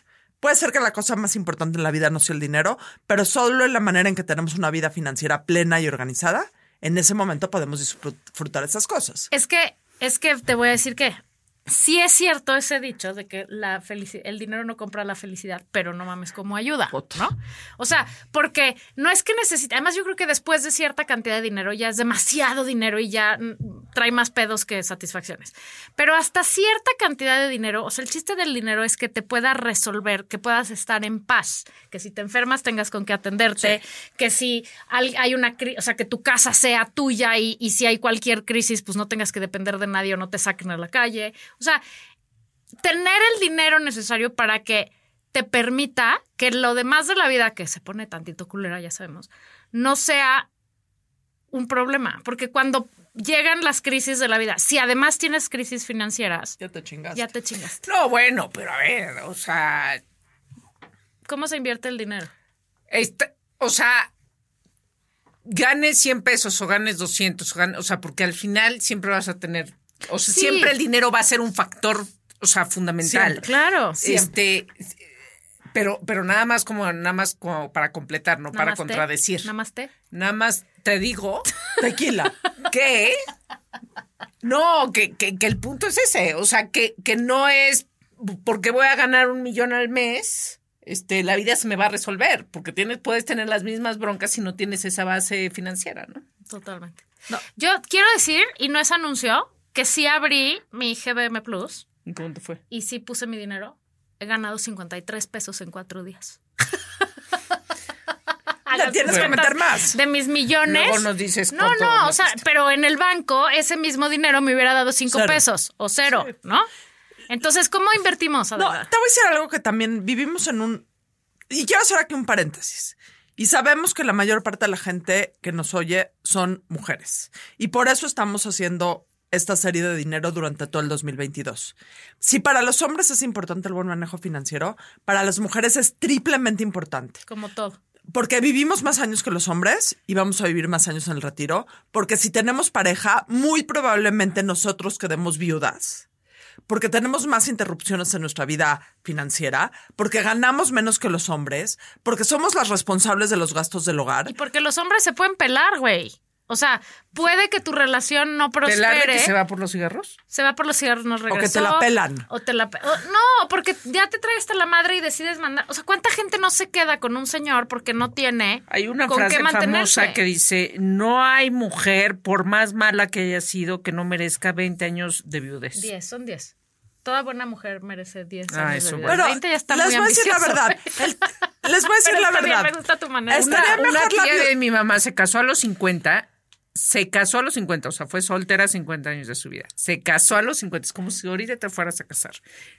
Speaker 3: Puede ser que la cosa más importante en la vida no sea el dinero, pero solo en la manera en que tenemos una vida financiera plena y organizada, en ese momento podemos disfrutar esas cosas.
Speaker 1: Es que, es que te voy a decir que sí es cierto ese dicho de que la felici- el dinero no compra la felicidad, pero no mames cómo ayuda, ¿no? O sea, porque no es que necesite, además yo creo que después de cierta cantidad de dinero ya es demasiado dinero y ya mm, trae más pedos que satisfacciones. Pero hasta cierta cantidad de dinero, o sea, el chiste del dinero es que te pueda resolver, que puedas estar en paz, que si te enfermas tengas con qué atenderte, que si al- hay una crisis, o sea, que tu casa sea tuya y, y si hay cualquier crisis, pues no tengas que depender de nadie o no te saquen a la calle. O sea, tener el dinero necesario para que te permita que lo demás de la vida, que se pone tantito culera, ya sabemos, no sea un problema. Porque cuando llegan las crisis de la vida, si además tienes crisis financieras,
Speaker 3: Ya te chingaste.
Speaker 1: ya te chingas.
Speaker 2: No, bueno, pero a ver, o sea,
Speaker 1: ¿Cómo se invierte el dinero?
Speaker 2: Esta- o sea, ganes 100 pesos o ganes 200, o, gan- o sea, porque al final siempre vas a tener, o sea,
Speaker 1: Sí.
Speaker 2: siempre el dinero va a ser un factor, o sea, fundamental.
Speaker 3: Siempre.
Speaker 1: Claro.
Speaker 2: Este, pero, pero nada más como, nada más como para completar, no para
Speaker 1: Namaste,
Speaker 2: contradecir.
Speaker 1: Namaste.
Speaker 2: Nada más te digo
Speaker 3: Tequila.
Speaker 2: que, no, que, que, que el punto es ese, o sea, que, que no es porque voy a ganar un millón al mes, este, la vida se me va a resolver, porque tienes, puedes tener las mismas broncas si no tienes esa base financiera, ¿no?
Speaker 1: Totalmente. Yo quiero decir, y no es anuncio, que sí abrí mi GBM Plus
Speaker 2: ¿Y ¿Cómo te fue?
Speaker 1: y sí puse mi dinero. He ganado 53 pesos en cuatro días.
Speaker 3: La tienes que
Speaker 1: Hagan sus
Speaker 3: meter
Speaker 1: cuentas
Speaker 3: más.
Speaker 1: De mis millones.
Speaker 2: Luego nos dices
Speaker 1: No,
Speaker 2: cuánto
Speaker 1: no, o sea,
Speaker 2: metiste.
Speaker 1: pero en el banco ese mismo dinero me hubiera dado cinco
Speaker 3: Cero.
Speaker 1: pesos o cero, ¿no? Entonces, ¿cómo invertimos?
Speaker 3: No,
Speaker 1: Adela?
Speaker 3: te voy a decir algo que también vivimos en un... Y quiero hacer aquí un paréntesis. Y sabemos que la mayor parte de la gente que nos oye son mujeres. Y por eso estamos haciendo esta serie de dinero durante todo el 2022. Si para los hombres es importante el buen manejo financiero, para las mujeres es triplemente importante
Speaker 1: Como todo.
Speaker 3: porque vivimos más años que los hombres y vamos a vivir más años en el retiro, porque si tenemos pareja, muy probablemente nosotros quedemos viudas. porque tenemos más interrupciones en nuestra vida financiera, porque ganamos menos que los hombres, porque somos las responsables de los gastos del hogar.
Speaker 1: Y porque los hombres se pueden pelar, güey. O sea, puede que tu relación no prospere.
Speaker 2: ¿Pelarle que se va por los cigarros?
Speaker 1: se va por los cigarros, no regresó.
Speaker 3: te la pelan.
Speaker 1: O te la pe- o- No, porque ya te traes hasta la madre y decides mandar. O sea, ¿cuánta gente no se queda con un señor porque no tiene
Speaker 2: Hay una
Speaker 1: con
Speaker 2: frase
Speaker 1: qué mantenerse?
Speaker 2: famosa que dice, no hay mujer, por más mala que haya sido, que no merezca 20 años de viudez.
Speaker 1: 10, son 10. Toda buena mujer merece 10
Speaker 2: Ah,
Speaker 1: años de
Speaker 2: eso
Speaker 1: vida.
Speaker 2: bueno.
Speaker 1: 20 ya está
Speaker 3: les
Speaker 1: muy
Speaker 3: voy a decir la
Speaker 1: ambicioso,
Speaker 3: verdad.
Speaker 1: güey.
Speaker 3: El- les voy a decir
Speaker 1: Pero
Speaker 3: la
Speaker 1: está bien,
Speaker 3: verdad.
Speaker 1: me gusta tu manera.
Speaker 3: Es-
Speaker 2: Una,
Speaker 3: Estaría
Speaker 2: una
Speaker 3: mejor la
Speaker 2: tía
Speaker 3: viu-
Speaker 2: de mi mamá se casó a los 50, se casó a los 50, o sea, fue soltera 50 años de su vida. Se casó a los 50, es como si ahorita te fueras a casar.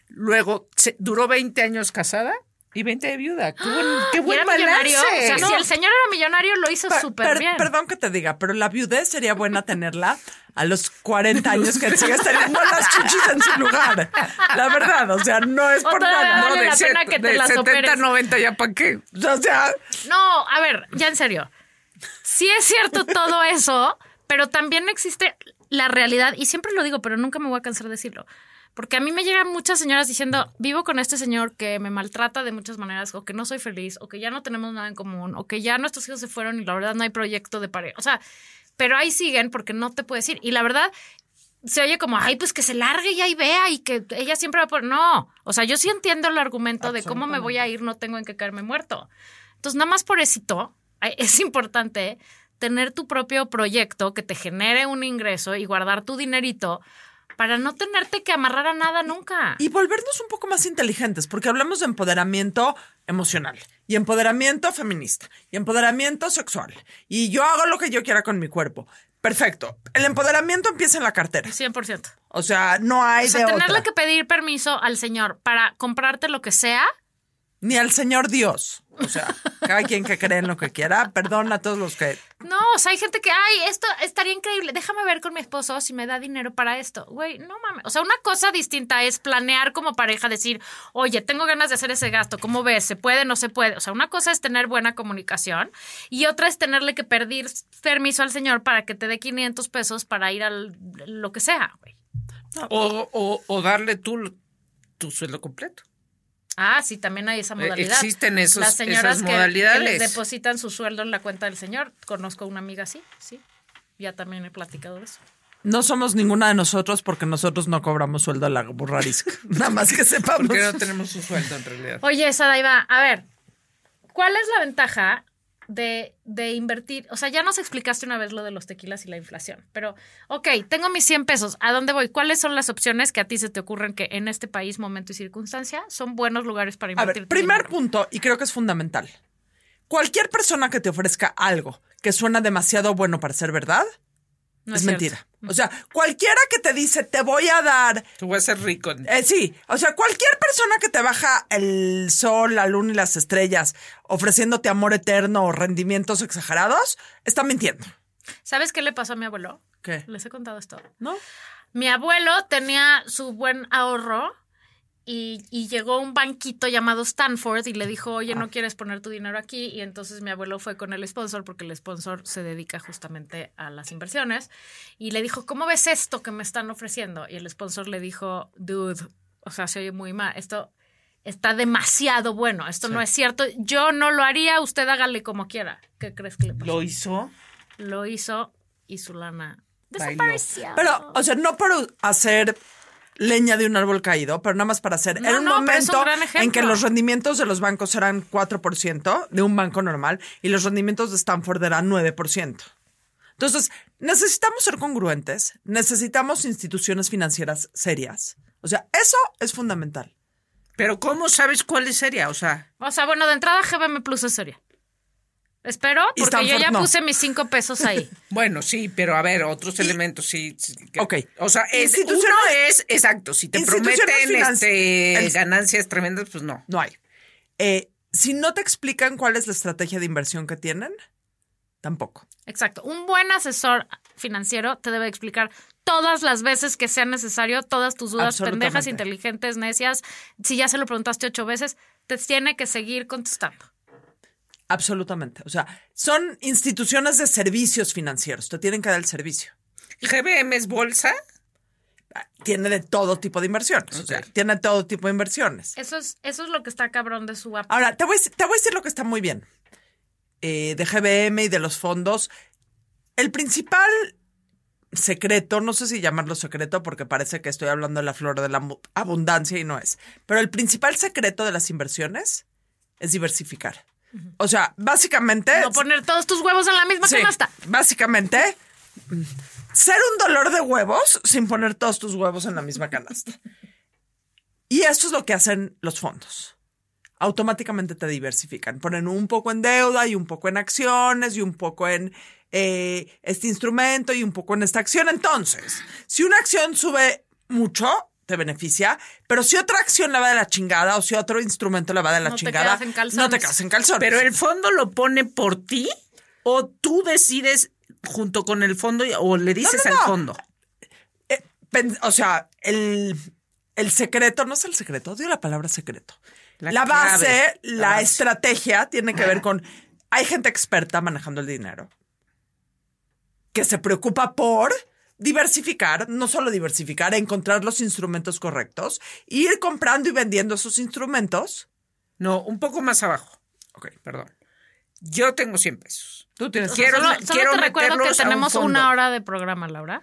Speaker 2: Luego se- duró 20 años casada y 20 de viuda. ¡Qué buen, qué
Speaker 1: ¡Ah! Y
Speaker 2: buen
Speaker 1: era
Speaker 2: balance!
Speaker 1: millonario. O sea,
Speaker 2: No,
Speaker 1: si el señor era millonario, lo hizo
Speaker 3: Per-
Speaker 1: súper
Speaker 3: per-
Speaker 1: bien.
Speaker 3: Perdón que te diga, pero la viudez sería buena tenerla a los 40 años que sigues teniendo las chuchis en su lugar. La verdad, o sea, no es
Speaker 1: O
Speaker 3: por
Speaker 1: todavía
Speaker 3: nada.
Speaker 1: vale
Speaker 2: de
Speaker 1: la
Speaker 2: set-
Speaker 1: pena que te
Speaker 2: de
Speaker 1: las
Speaker 2: 70
Speaker 1: operes.
Speaker 2: 90 ya para qué.
Speaker 3: O sea,
Speaker 1: No, a ver, ya en serio. Sí es cierto todo eso, pero también existe la realidad, y siempre lo digo, pero nunca me voy a cansar de decirlo. Porque a mí me llegan muchas señoras diciendo, vivo con este señor que me maltrata de muchas maneras, o que no soy feliz, o que ya no tenemos nada en común, o que ya nuestros hijos se fueron y la verdad no hay proyecto de pareja. O sea, pero ahí siguen porque no te puedes ir. Y la verdad, se oye como, ay, pues que se largue y ahí vea y que ella siempre va por... No, o sea, yo sí entiendo el argumento de cómo me voy a ir, no tengo en qué caerme muerto. Entonces, nada más por éxito, ay, es importante tener tu propio proyecto que te genere un ingreso y guardar tu dinerito para no tenerte que amarrar a nada nunca.
Speaker 3: y volvernos un poco más inteligentes, porque hablamos de empoderamiento emocional y empoderamiento feminista y empoderamiento sexual. Y yo hago lo que yo quiera con mi cuerpo. Perfecto. El empoderamiento empieza en la cartera.
Speaker 1: 100%.
Speaker 3: O sea, no hay
Speaker 1: O sea,
Speaker 3: de
Speaker 1: tenerle
Speaker 3: otra.
Speaker 1: que pedir permiso al señor para comprarte lo que sea.
Speaker 3: Ni al señor Dios. O sea, cada quien que cree en lo que quiera. Perdón a todos los que
Speaker 1: No, o sea, hay gente que, ay, esto estaría increíble. Déjame ver con mi esposo si me da dinero para esto. Güey, no mames. O sea, una cosa distinta es planear como pareja, decir, oye, tengo ganas de hacer ese gasto. ¿Cómo ves? ¿Se puede? ¿No se puede? O sea, una cosa es tener buena comunicación y otra es tenerle que pedir permiso al señor para que te dé 500 pesos para ir al lo que sea, güey.
Speaker 2: O, o- o darle tú tu sueldo completo.
Speaker 1: Ah, sí, también hay esa modalidad.
Speaker 2: Eh, existen esos-
Speaker 1: Las señoras
Speaker 2: esas
Speaker 1: que-
Speaker 2: modalidades.
Speaker 1: Que, les depositan su sueldo en la cuenta del señor. Conozco una amiga así, sí. Ya también he platicado de eso.
Speaker 3: No somos ninguna de nosotros porque nosotros no cobramos sueldo a la burrarisca. Nada más que sepamos.
Speaker 2: Porque no tenemos un sueldo en realidad.
Speaker 1: Oye, Sadaiva, a ver, ¿cuál es la ventaja de, de invertir? O sea, ya nos explicaste una vez lo de los tequilas y la inflación, pero, ok, tengo mis 100 pesos, ¿a dónde voy? ¿Cuáles son las opciones que a ti se te ocurren que en este país, momento y circunstancia, son buenos lugares para
Speaker 3: A
Speaker 1: invertir?
Speaker 3: ver,
Speaker 1: tu
Speaker 3: primer
Speaker 1: dinero?
Speaker 3: punto, y creo que es fundamental. Cualquier persona que te ofrezca algo que suena demasiado bueno para ser verdad,
Speaker 1: No
Speaker 3: es,
Speaker 1: cierto.
Speaker 3: mentira. O sea, cualquiera que te dice, te voy a dar
Speaker 2: Tú vas a ser rico. en-
Speaker 3: Eh, sí, o sea, cualquier persona que te baja el sol, la luna y las estrellas ofreciéndote amor eterno o rendimientos exagerados, está mintiendo.
Speaker 1: ¿Sabes qué le pasó a mi abuelo?
Speaker 3: ¿Qué?
Speaker 1: Les he contado esto.
Speaker 3: ¿No?
Speaker 1: Mi abuelo tenía su buen ahorro y, y llegó un banquito llamado Stanford y le dijo, oye,
Speaker 2: Ah.
Speaker 1: no quieres poner tu dinero aquí. Y entonces mi abuelo fue con el sponsor porque el sponsor se dedica justamente a las inversiones. Y le dijo, ¿cómo ves esto que me están ofreciendo? Y el sponsor le dijo, dude, o sea, se oye muy mal. Esto está demasiado bueno. Esto no es cierto. Yo no lo haría. Usted hágale como quiera. ¿Qué crees que le pasó?
Speaker 2: Lo hizo.
Speaker 1: Lo hizo y su lana
Speaker 2: Bailó.
Speaker 1: desapareció.
Speaker 3: Pero, o sea, no para hacer leña de un árbol caído, pero nada más para hacer.
Speaker 1: No,
Speaker 3: Era un
Speaker 1: no, pero es un
Speaker 3: momento
Speaker 1: gran
Speaker 3: en que
Speaker 1: ejemplo.
Speaker 3: los rendimientos de los bancos eran 4% de un banco normal y los rendimientos de Stanford eran 9%. Entonces, necesitamos ser congruentes, necesitamos instituciones financieras serias. O sea, eso es fundamental.
Speaker 2: Pero ¿cómo sabes cuál sería? O sea,
Speaker 1: O sea, bueno, de entrada GBM Plus es seria. Espero,
Speaker 3: Y
Speaker 1: porque yo
Speaker 3: Stanford
Speaker 1: ya
Speaker 3: no.
Speaker 1: puse mis cinco pesos ahí.
Speaker 2: bueno, sí, pero a ver, otros elementos, sí. sí, que-
Speaker 3: Ok.
Speaker 2: O sea, es,
Speaker 3: Instituciones-
Speaker 2: uno es, exacto, si te
Speaker 3: Instituciones
Speaker 2: prometen
Speaker 3: finan-
Speaker 2: este,
Speaker 3: el-
Speaker 2: ganancias tremendas, pues no.
Speaker 3: No hay. Eh, si no te explican cuál es la estrategia de inversión que tienen, tampoco.
Speaker 1: Exacto. Un buen asesor financiero te debe explicar todas las veces que sea necesario, todas tus dudas
Speaker 3: Absolutamente.
Speaker 1: pendejas, inteligentes, necias. Si ya se lo preguntaste ocho veces, te tiene que seguir contestando.
Speaker 3: Absolutamente. O sea, son instituciones de servicios financieros. Te tienen que dar el servicio.
Speaker 2: GBM es bolsa.
Speaker 3: tiene de todo tipo de inversiones. O sea,
Speaker 2: Ok.
Speaker 3: tiene todo tipo de inversiones.
Speaker 1: Eso es, eso es lo que está cabrón de su app.
Speaker 3: Ahora, te voy, a decir- te voy a decir lo que está muy bien eh, de GBM y de los fondos. El principal secreto, no sé si llamarlo secreto porque parece que estoy hablando de la flor de la mu- abundancia y no es, pero el principal secreto de las inversiones es diversificar. O sea, básicamente...
Speaker 1: No poner todos tus huevos en la misma
Speaker 3: Sí,
Speaker 1: canasta.
Speaker 3: Básicamente, mm, ser un dolor de huevos sin poner todos tus huevos en la misma canasta. Y eso es lo que hacen los fondos. Automáticamente te diversifican. Ponen un poco en deuda y un poco en acciones y un poco en eh, este instrumento y un poco en esta acción. Entonces, si una acción sube mucho, te beneficia, pero si otra acción la va de la chingada o si otro instrumento la va de la
Speaker 1: No te
Speaker 3: chingada,
Speaker 1: quedas en calzones.
Speaker 3: no te quedas en calzones.
Speaker 2: Pero el fondo lo pone por ti o tú decides junto con el fondo y- o le dices
Speaker 3: no, no.
Speaker 2: al fondo.
Speaker 3: Eh, pen- o sea, el, el secreto, no es el secreto, odio la palabra secreto. La,
Speaker 2: La
Speaker 3: base,
Speaker 2: clave,
Speaker 3: la,
Speaker 2: la base.
Speaker 3: estrategia tiene que ver con, hay gente experta manejando el dinero que se preocupa por diversificar, no solo diversificar, encontrar los instrumentos correctos, ir comprando y vendiendo esos instrumentos.
Speaker 2: No, un poco más abajo.
Speaker 3: Ok.
Speaker 2: Perdón. Yo tengo 100 pesos.
Speaker 3: Tú tienes
Speaker 1: O sea,
Speaker 2: Quiero-
Speaker 1: solo solo
Speaker 2: quiero
Speaker 1: te recuerdo que
Speaker 2: meterlos a un
Speaker 1: tenemos
Speaker 2: fondo.
Speaker 1: una hora de programa, Laura.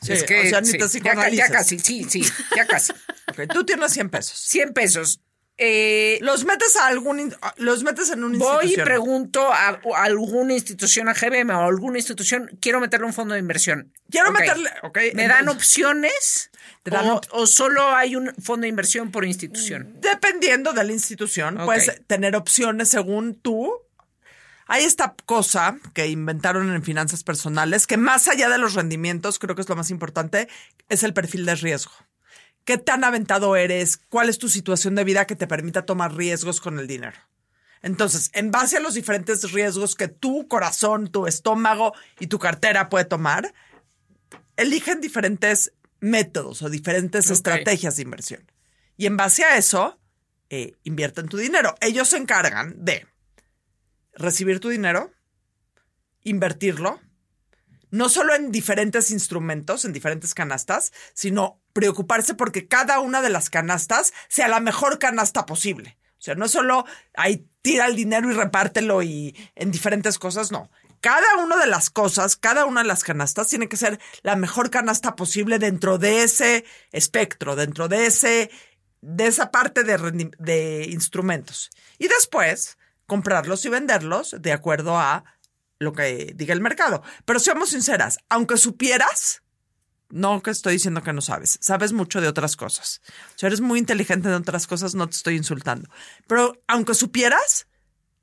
Speaker 3: Sí,
Speaker 2: es que
Speaker 3: o sea, ni
Speaker 2: sí,
Speaker 3: te
Speaker 2: ya, ca- ya
Speaker 3: psicoanalizas.
Speaker 2: casi, sí, sí, ya casi.
Speaker 3: Ok, tú tienes 100 pesos.
Speaker 2: 100 pesos. Eh,
Speaker 3: Los metes a algún, in- a- los metes en un
Speaker 2: Voy y
Speaker 3: institución.
Speaker 2: pregunto a, a alguna institución, a GBM o a alguna institución, quiero meterle un fondo de inversión.
Speaker 3: Quiero
Speaker 2: Ok.
Speaker 3: meterle, ok,
Speaker 2: ¿Me dan
Speaker 3: entonces-
Speaker 2: opciones?
Speaker 3: Te dan
Speaker 2: o,
Speaker 3: op-
Speaker 2: o solo hay un fondo de inversión por
Speaker 1: Mm.
Speaker 2: institución?
Speaker 3: Dependiendo de la institución,
Speaker 2: Ok.
Speaker 3: puedes tener opciones según tú. Hay esta cosa que inventaron en finanzas personales, que más allá de los rendimientos, creo que es lo más importante, es el perfil de riesgo. ¿Qué tan aventado eres? ¿Cuál es tu situación de vida que te permita tomar riesgos con el dinero? Entonces, en base a los diferentes riesgos que tu corazón, tu estómago y tu cartera puede tomar, eligen diferentes métodos o diferentes
Speaker 2: Ok.
Speaker 3: estrategias de inversión. Y en base a eso, eh, invierten tu dinero. Ellos se encargan de recibir tu dinero, invertirlo, no solo en diferentes instrumentos, en diferentes canastas, sino preocuparse porque cada una de las canastas sea la mejor canasta posible. O sea, no solo ahí tira el dinero y repártelo y en diferentes cosas, no. Cada una de las cosas, cada una de las canastas tiene que ser la mejor canasta posible dentro de ese espectro, dentro de ese de esa parte de, rendi- de instrumentos. Y después comprarlos y venderlos de acuerdo a lo que diga el mercado. Pero seamos sinceras, aunque supieras, no que estoy diciendo que no sabes, sabes mucho de otras cosas. Si eres muy inteligente de otras cosas, no te estoy insultando. Pero aunque supieras,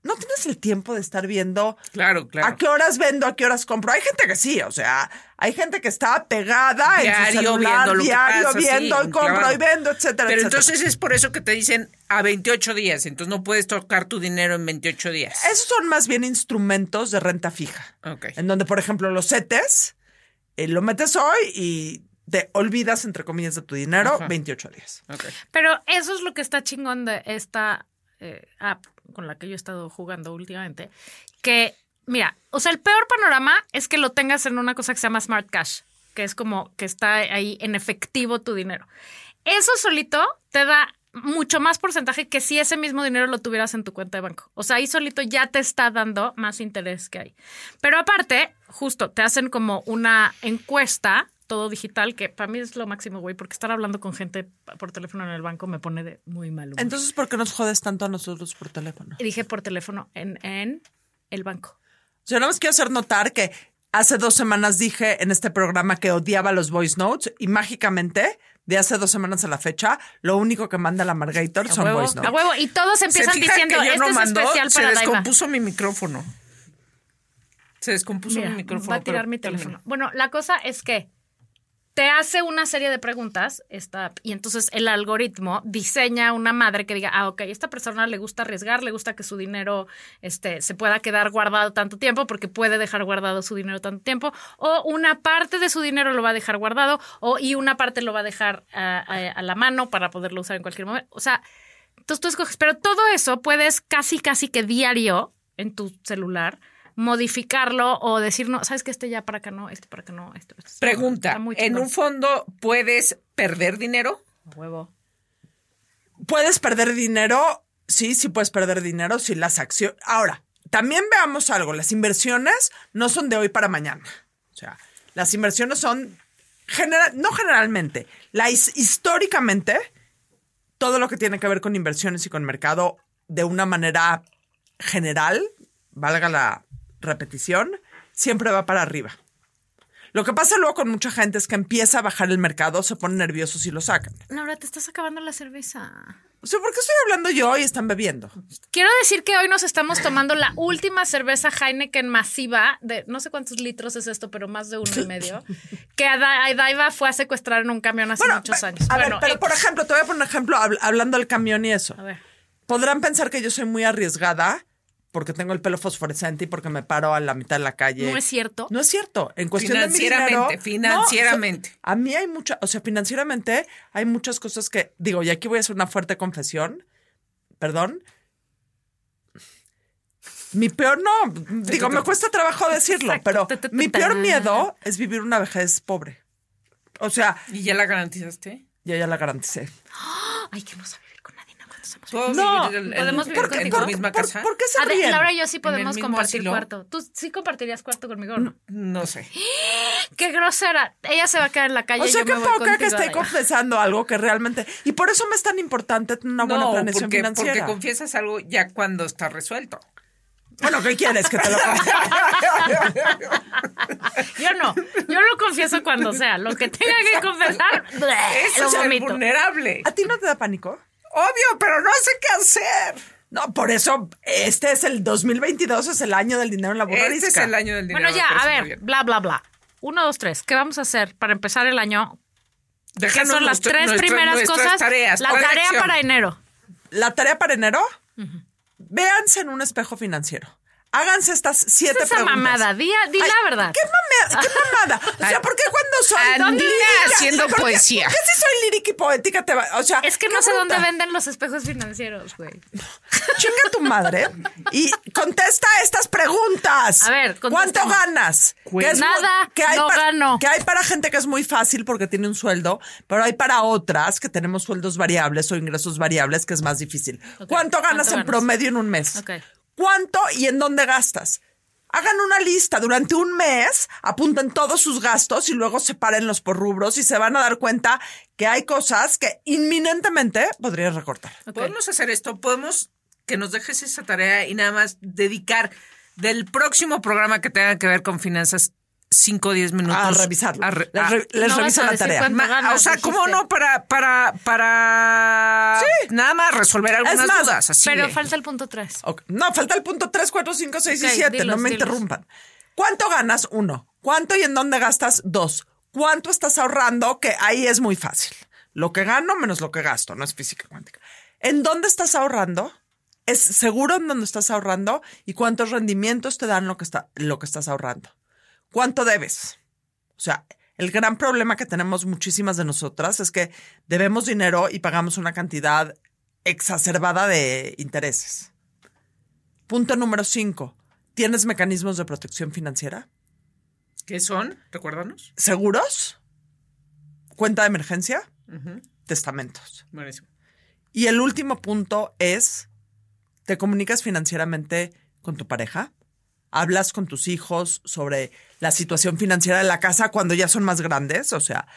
Speaker 3: no tienes el tiempo de estar viendo
Speaker 2: Claro,
Speaker 3: a qué horas vendo, a qué horas compro. Hay gente que sí, o sea, hay gente que está pegada en su
Speaker 2: Diario
Speaker 3: celular,
Speaker 2: viendo lo que
Speaker 3: diario
Speaker 2: pasa, sí,
Speaker 3: viendo y
Speaker 2: un
Speaker 3: compro
Speaker 2: clavado.
Speaker 3: y vendo, etcétera,
Speaker 2: Pero
Speaker 3: etcétera.
Speaker 2: entonces es por eso que te dicen a 28 días, entonces no puedes tocar tu dinero en 28 días.
Speaker 3: Esos son más bien instrumentos de renta fija.
Speaker 2: Ok.
Speaker 3: En donde, por ejemplo, los CETES, eh, lo metes hoy y te olvidas, entre comillas, de tu dinero
Speaker 2: Ajá.
Speaker 3: 28 días.
Speaker 2: Ok.
Speaker 1: Pero eso es lo que está chingón de esta eh, app con la que yo he estado jugando últimamente. Que, mira, o sea, el peor panorama es que lo tengas en una cosa que se llama Smart Cash, que es como que está ahí en efectivo tu dinero. Eso solito te da mucho más porcentaje que si ese mismo dinero lo tuvieras en tu cuenta de banco. O sea, ahí solito ya te está dando más interés que hay. Pero aparte, justo, te hacen como una encuesta, todo digital, que para mí es lo máximo, güey, porque estar hablando con gente pa- por teléfono en el banco me pone de muy mal humor.
Speaker 3: Entonces, ¿por qué nos jodes tanto a nosotros por teléfono?
Speaker 1: Y dije por teléfono en, en el banco.
Speaker 3: Yo nada más quiero hacer notar que hace dos semanas dije en este programa que odiaba los voice notes y mágicamente, de hace dos semanas a la fecha, lo único que manda la Margator
Speaker 1: A
Speaker 3: son
Speaker 1: huevo,
Speaker 3: voice
Speaker 1: a
Speaker 3: notes.
Speaker 1: huevo. Y todos empiezan
Speaker 2: fijan
Speaker 1: diciendo,
Speaker 2: que yo
Speaker 1: este
Speaker 2: no
Speaker 1: es
Speaker 2: mandó?
Speaker 1: especial
Speaker 2: Se
Speaker 1: para Daiva.
Speaker 2: descompuso mi micrófono. Se descompuso
Speaker 1: Mira,
Speaker 2: mi micrófono.
Speaker 1: va a tirar
Speaker 2: pero
Speaker 1: mi
Speaker 2: termina.
Speaker 1: teléfono. Bueno, la cosa es que te hace una serie de preguntas esta app, y entonces el algoritmo diseña una madre que diga, ah, ok, esta persona le gusta arriesgar, le gusta que su dinero este, se pueda quedar guardado tanto tiempo porque puede dejar guardado su dinero tanto tiempo, o una parte de su dinero lo va a dejar guardado o, y una parte lo va a dejar ah, a, a la mano para poderlo usar en cualquier momento. O sea, entonces tú escoges, pero todo eso puedes casi, casi que diario en tu celular modificarlo o decir, no, sabes que este ya para acá no, este para acá no, esto. esto está-
Speaker 2: Pregunta,
Speaker 1: está muy
Speaker 2: ¿en
Speaker 1: chingón.
Speaker 2: un fondo puedes perder dinero?
Speaker 1: A huevo.
Speaker 3: ¿Puedes perder dinero? Sí, sí puedes perder dinero si las acciones. Ahora, también veamos algo. Las inversiones no son de hoy para mañana. O sea, las inversiones son, genera- no generalmente, la his- históricamente, todo lo que tiene que ver con inversiones y con mercado de una manera general, valga la repetición, siempre va para arriba. Lo que pasa luego con mucha gente es que empieza a bajar el mercado, se ponen nerviosos y lo sacan.
Speaker 1: Laura, te estás acabando la cerveza.
Speaker 3: O sea, ¿por qué estoy hablando yo y están bebiendo?
Speaker 1: Quiero decir que hoy nos estamos tomando la última cerveza Heineken masiva de no sé cuántos litros es esto, pero más de uno y medio, que a Da- a Daiva fue a secuestrar en un camión hace muchos
Speaker 3: pe-
Speaker 1: años.
Speaker 3: A
Speaker 1: Bueno,
Speaker 3: ver, pero
Speaker 1: X.
Speaker 3: por ejemplo, te voy a poner un ejemplo habl- hablando del camión y eso.
Speaker 1: A ver.
Speaker 3: Podrán pensar que yo soy muy arriesgada porque tengo el pelo fosforescente y porque me paro a la mitad de la calle.
Speaker 1: No es cierto.
Speaker 3: Oh. No es cierto. En cuestión de mi
Speaker 2: Financieramente,
Speaker 3: dinero, no,
Speaker 2: financieramente.
Speaker 3: o sea, a mí hay mucha, o sea, financieramente hay muchas cosas que digo, y aquí voy a hacer una fuerte confesión. Perdón. Mi peor no, digo, me cuesta trabajo decirlo,
Speaker 1: Exacto.
Speaker 3: pero
Speaker 1: Ta, ta, ta,
Speaker 3: mi
Speaker 1: ta.
Speaker 3: peor miedo es vivir una vejez pobre. O sea,
Speaker 2: ¿Y ya la garantizaste?
Speaker 3: yo ya la garanticé.
Speaker 1: Ay, que vamos a vivir con Nadina cuando somos
Speaker 2: ¿Puedo
Speaker 3: No,
Speaker 2: vivir en- en-
Speaker 1: podemos vivir
Speaker 2: en, tu
Speaker 1: contigo.
Speaker 2: misma
Speaker 3: ¿Por-
Speaker 2: casa?
Speaker 3: ¿Por qué se
Speaker 1: Ade-
Speaker 3: ríen?
Speaker 1: Ah, Laura y yo sí
Speaker 2: el
Speaker 1: podemos
Speaker 2: mismo
Speaker 1: compartir
Speaker 2: asilo?
Speaker 1: cuarto. Tú sí compartirías cuarto conmigo, o ¿no?
Speaker 2: No sé.
Speaker 1: Qué grosera. Ella se va a quedar en la calle.
Speaker 3: o sea,
Speaker 1: yo
Speaker 3: qué
Speaker 1: me voy
Speaker 3: poca que
Speaker 1: contigo,
Speaker 3: esté
Speaker 1: Adela.
Speaker 3: confesando algo que realmente... Y por eso me es tan importante tener
Speaker 1: Ah,
Speaker 3: una buena
Speaker 2: no,
Speaker 3: planeación
Speaker 2: porque, porque
Speaker 3: financiera.
Speaker 2: confiesas algo ya cuando está resuelto.
Speaker 3: Bueno, ¿qué quieres? Que te lo
Speaker 1: Yo no. Yo lo confieso cuando sea. Lo que tenga que confesar, Eh,
Speaker 2: Eso
Speaker 1: lo Ah.
Speaker 2: es ser
Speaker 1: vomito.
Speaker 2: vulnerable.
Speaker 3: ¿A ti no te da pánico?
Speaker 2: Obvio, pero no sé qué hacer.
Speaker 3: No, por eso este es el 2022, es el año del dinero en la burra
Speaker 2: Este es
Speaker 3: arisca.
Speaker 2: el año del dinero.
Speaker 1: Bueno, ya,
Speaker 2: me
Speaker 1: a
Speaker 2: parece muy
Speaker 1: ver,
Speaker 2: bien.
Speaker 1: bla, bla, bla. Uno, dos, tres. ¿Qué vamos a hacer para empezar el año? ¿Qué
Speaker 2: Déjanos
Speaker 1: son las
Speaker 2: nuestro-
Speaker 1: tres
Speaker 2: nuestro-
Speaker 1: primeras
Speaker 2: nuestras
Speaker 1: cosas?
Speaker 2: Tareas,
Speaker 1: la
Speaker 2: ¿Cuál
Speaker 1: tarea
Speaker 2: acción?
Speaker 1: para enero.
Speaker 3: La tarea para enero, véanse en un espejo financiero. Háganse estas siete
Speaker 1: ¿Qué es esa
Speaker 3: preguntas.
Speaker 1: mamada? Di, di
Speaker 3: Ay,
Speaker 1: la verdad.
Speaker 3: ¿Qué, mame- qué mamada? O sea, ¿por qué cuando soy
Speaker 2: Andina
Speaker 3: lírica-
Speaker 2: haciendo
Speaker 3: ¿por qué-
Speaker 2: poesía.
Speaker 3: ¿Por qué si soy lírica y poética te va? O sea,
Speaker 1: Es que
Speaker 3: Ah, ¿qué
Speaker 1: no sé dónde
Speaker 3: bruta?
Speaker 1: venden los espejos financieros, güey.
Speaker 3: Chinga tu madre y contesta estas preguntas.
Speaker 1: A ver,
Speaker 3: ¿cuánto
Speaker 1: contéstame.
Speaker 3: ganas? Que mu-
Speaker 1: Nada, no
Speaker 3: para,
Speaker 1: gano.
Speaker 3: Que hay para gente que es muy fácil porque tiene un sueldo, pero hay para otras que tenemos sueldos variables o ingresos variables que es más difícil. ¿Cuánto
Speaker 1: ¿cuánto
Speaker 3: ganas en
Speaker 1: ganas?
Speaker 3: promedio en un mes?
Speaker 1: Ok.
Speaker 3: ¿Cuánto y en dónde gastas? Hagan una lista durante un mes, apunten todos sus gastos y luego sepárenlos por rubros y se van a dar cuenta que hay cosas que inminentemente podrían recortar.
Speaker 1: Ok.
Speaker 2: Podemos hacer esto, podemos que nos dejes esa tarea y nada más dedicar del próximo programa que tenga que ver con finanzas 5 o 10 minutos.
Speaker 3: A revisarlo.
Speaker 2: a re-
Speaker 3: les
Speaker 2: a-
Speaker 3: re- les
Speaker 1: No vas
Speaker 3: reviso
Speaker 1: a
Speaker 3: la
Speaker 1: decir
Speaker 3: tarea.
Speaker 1: cuánto
Speaker 2: ma-
Speaker 1: ganas,
Speaker 2: o sea, ¿cómo
Speaker 1: dijiste.
Speaker 2: no? Para, para, para nada más resolver algunas
Speaker 3: más,
Speaker 2: dudas. Así
Speaker 1: Pero
Speaker 2: de-
Speaker 1: falta el punto tres.
Speaker 3: Ok. No, falta el punto 3, 4, 5, 6
Speaker 1: Ok,
Speaker 3: y 7.
Speaker 1: dilos,
Speaker 3: no me
Speaker 1: dilos.
Speaker 3: interrumpan. ¿Cuánto ganas? Uno. ¿Cuánto y en dónde gastas? Dos. ¿Cuánto estás ahorrando? Que ahí es muy fácil. Lo que gano menos lo que gasto, no es física cuántica. ¿En dónde estás ahorrando? ¿Es seguro en dónde estás ahorrando? ¿Y cuántos rendimientos te dan lo que, está, lo que estás ahorrando? ¿Cuánto debes? O sea, el gran problema que tenemos muchísimas de nosotras es que debemos dinero y pagamos una cantidad exacerbada de intereses. Punto número cinco. ¿Tienes mecanismos de protección financiera?
Speaker 2: ¿Qué son? Recuérdanos.
Speaker 3: ¿Seguros? ¿Cuenta de emergencia? Testamentos.
Speaker 2: Buenísimo.
Speaker 3: Y el último punto es, ¿te comunicas financieramente con tu pareja? ¿Hablas con tus hijos sobre la situación financiera de la casa cuando ya son más grandes? O sea,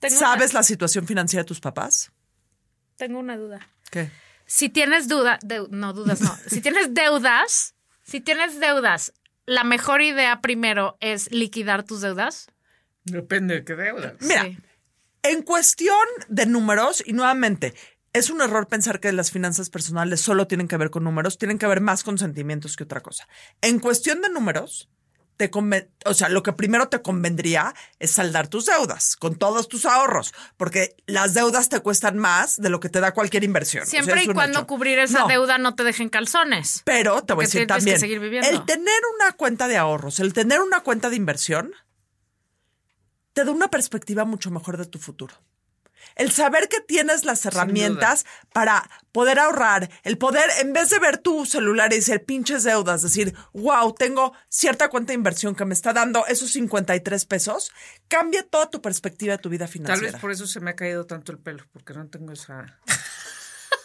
Speaker 1: Tengo
Speaker 3: ¿sabes la situación financiera de tus papás?
Speaker 1: Una, tengo una duda.
Speaker 3: ¿Qué?
Speaker 1: Si tienes duda, deu- no dudas, no. Si tienes deudas, si tienes deudas, la mejor idea primero es liquidar tus deudas.
Speaker 2: Depende de qué deudas.
Speaker 3: Mira,
Speaker 1: Sí.
Speaker 3: En cuestión de números, y nuevamente, es un error pensar que las finanzas personales solo tienen que ver con números, tienen que ver más con sentimientos que otra cosa. En cuestión de números, te conven- o sea, lo que primero te convendría es saldar tus deudas con todos tus ahorros, porque las deudas te cuestan más de lo que te da cualquier inversión. O sea,
Speaker 1: Siempre
Speaker 3: es
Speaker 1: y
Speaker 3: un
Speaker 1: cuando
Speaker 3: hecho.
Speaker 1: cubrir esa
Speaker 3: No,
Speaker 1: deuda no te dejen calzones.
Speaker 3: Pero te voy
Speaker 1: Porque
Speaker 3: a
Speaker 1: tienes
Speaker 3: decir
Speaker 1: que
Speaker 3: también,
Speaker 1: seguir viviendo.
Speaker 3: el tener una cuenta de ahorros, el tener una cuenta de inversión, te da una perspectiva mucho mejor de tu futuro. El saber que tienes las herramientas para poder ahorrar, el poder, en vez de ver tu celular y decir pinches deudas, decir, wow, tengo cierta cuenta de inversión que me está dando esos 53 pesos, cambia toda tu perspectiva de tu vida
Speaker 2: Tal
Speaker 3: financiera.
Speaker 2: vez por eso se me ha caído tanto el pelo, porque no tengo esa.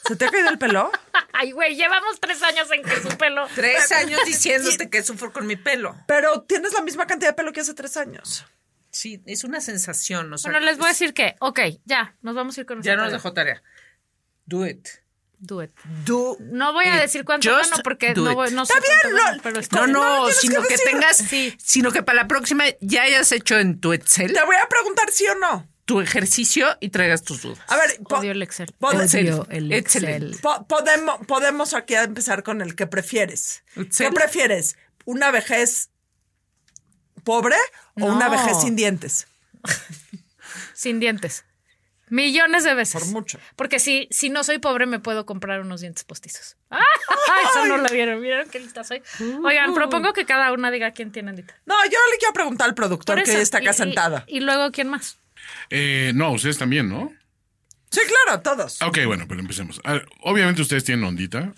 Speaker 3: ¿Se te ha caído el pelo?
Speaker 1: Ay, güey, llevamos tres años en que su pelo.
Speaker 2: Tres años diciéndote que sufro con mi pelo.
Speaker 3: Pero tienes la misma cantidad de pelo que hace tres años.
Speaker 2: Sí, es una sensación. O sea,
Speaker 1: Bueno, les voy a decir que, ok, ya, nos vamos a ir con
Speaker 2: Ya
Speaker 1: esa
Speaker 2: nos
Speaker 1: tarea.
Speaker 2: dejó tarea. Do it.
Speaker 1: Do it.
Speaker 2: Do
Speaker 1: No
Speaker 3: Eh,
Speaker 1: voy a decir cuánto
Speaker 2: Just
Speaker 1: gano porque
Speaker 2: do
Speaker 1: no,
Speaker 2: it.
Speaker 1: voy, no sé
Speaker 3: Está bien,
Speaker 1: cuánto gano,
Speaker 3: no,
Speaker 1: pero está
Speaker 2: No,
Speaker 1: bien.
Speaker 2: no,
Speaker 3: tienes
Speaker 2: sino
Speaker 3: que
Speaker 2: que,
Speaker 3: decir.
Speaker 2: tengas,
Speaker 1: Sí.
Speaker 2: sino que para la próxima ya hayas hecho en tu Excel
Speaker 3: Te voy a preguntar sí o no.
Speaker 2: tu ejercicio y traigas tus dudas.
Speaker 3: A ver, po-
Speaker 1: Odio el Excel.
Speaker 3: Pon
Speaker 2: Excel.
Speaker 1: Odio el
Speaker 2: Excel.
Speaker 1: Excel.
Speaker 3: po- podemos, podemos aquí empezar con el que prefieres.
Speaker 2: Excel.
Speaker 3: ¿Qué prefieres? ¿Una vejez pobre o una
Speaker 1: No.
Speaker 3: vejez sin dientes?
Speaker 1: Sin dientes. Millones de veces.
Speaker 3: Por mucho.
Speaker 1: Porque si, si no soy pobre, me puedo comprar unos dientes postizos. ¡Ah! Eso no lo vieron. ¿Vieron qué lista soy?
Speaker 3: Uh.
Speaker 1: Oigan, propongo que cada una diga quién tiene Andita.
Speaker 3: No, yo le quiero preguntar al productor que hoy está acá sentada.
Speaker 1: Y, luego, ¿quién más?
Speaker 4: Eh, no, ustedes también, ¿no? Ah,
Speaker 3: Sí, claro, todos.
Speaker 4: Ok, bueno, pero empecemos. A ver, obviamente ustedes tienen ondita.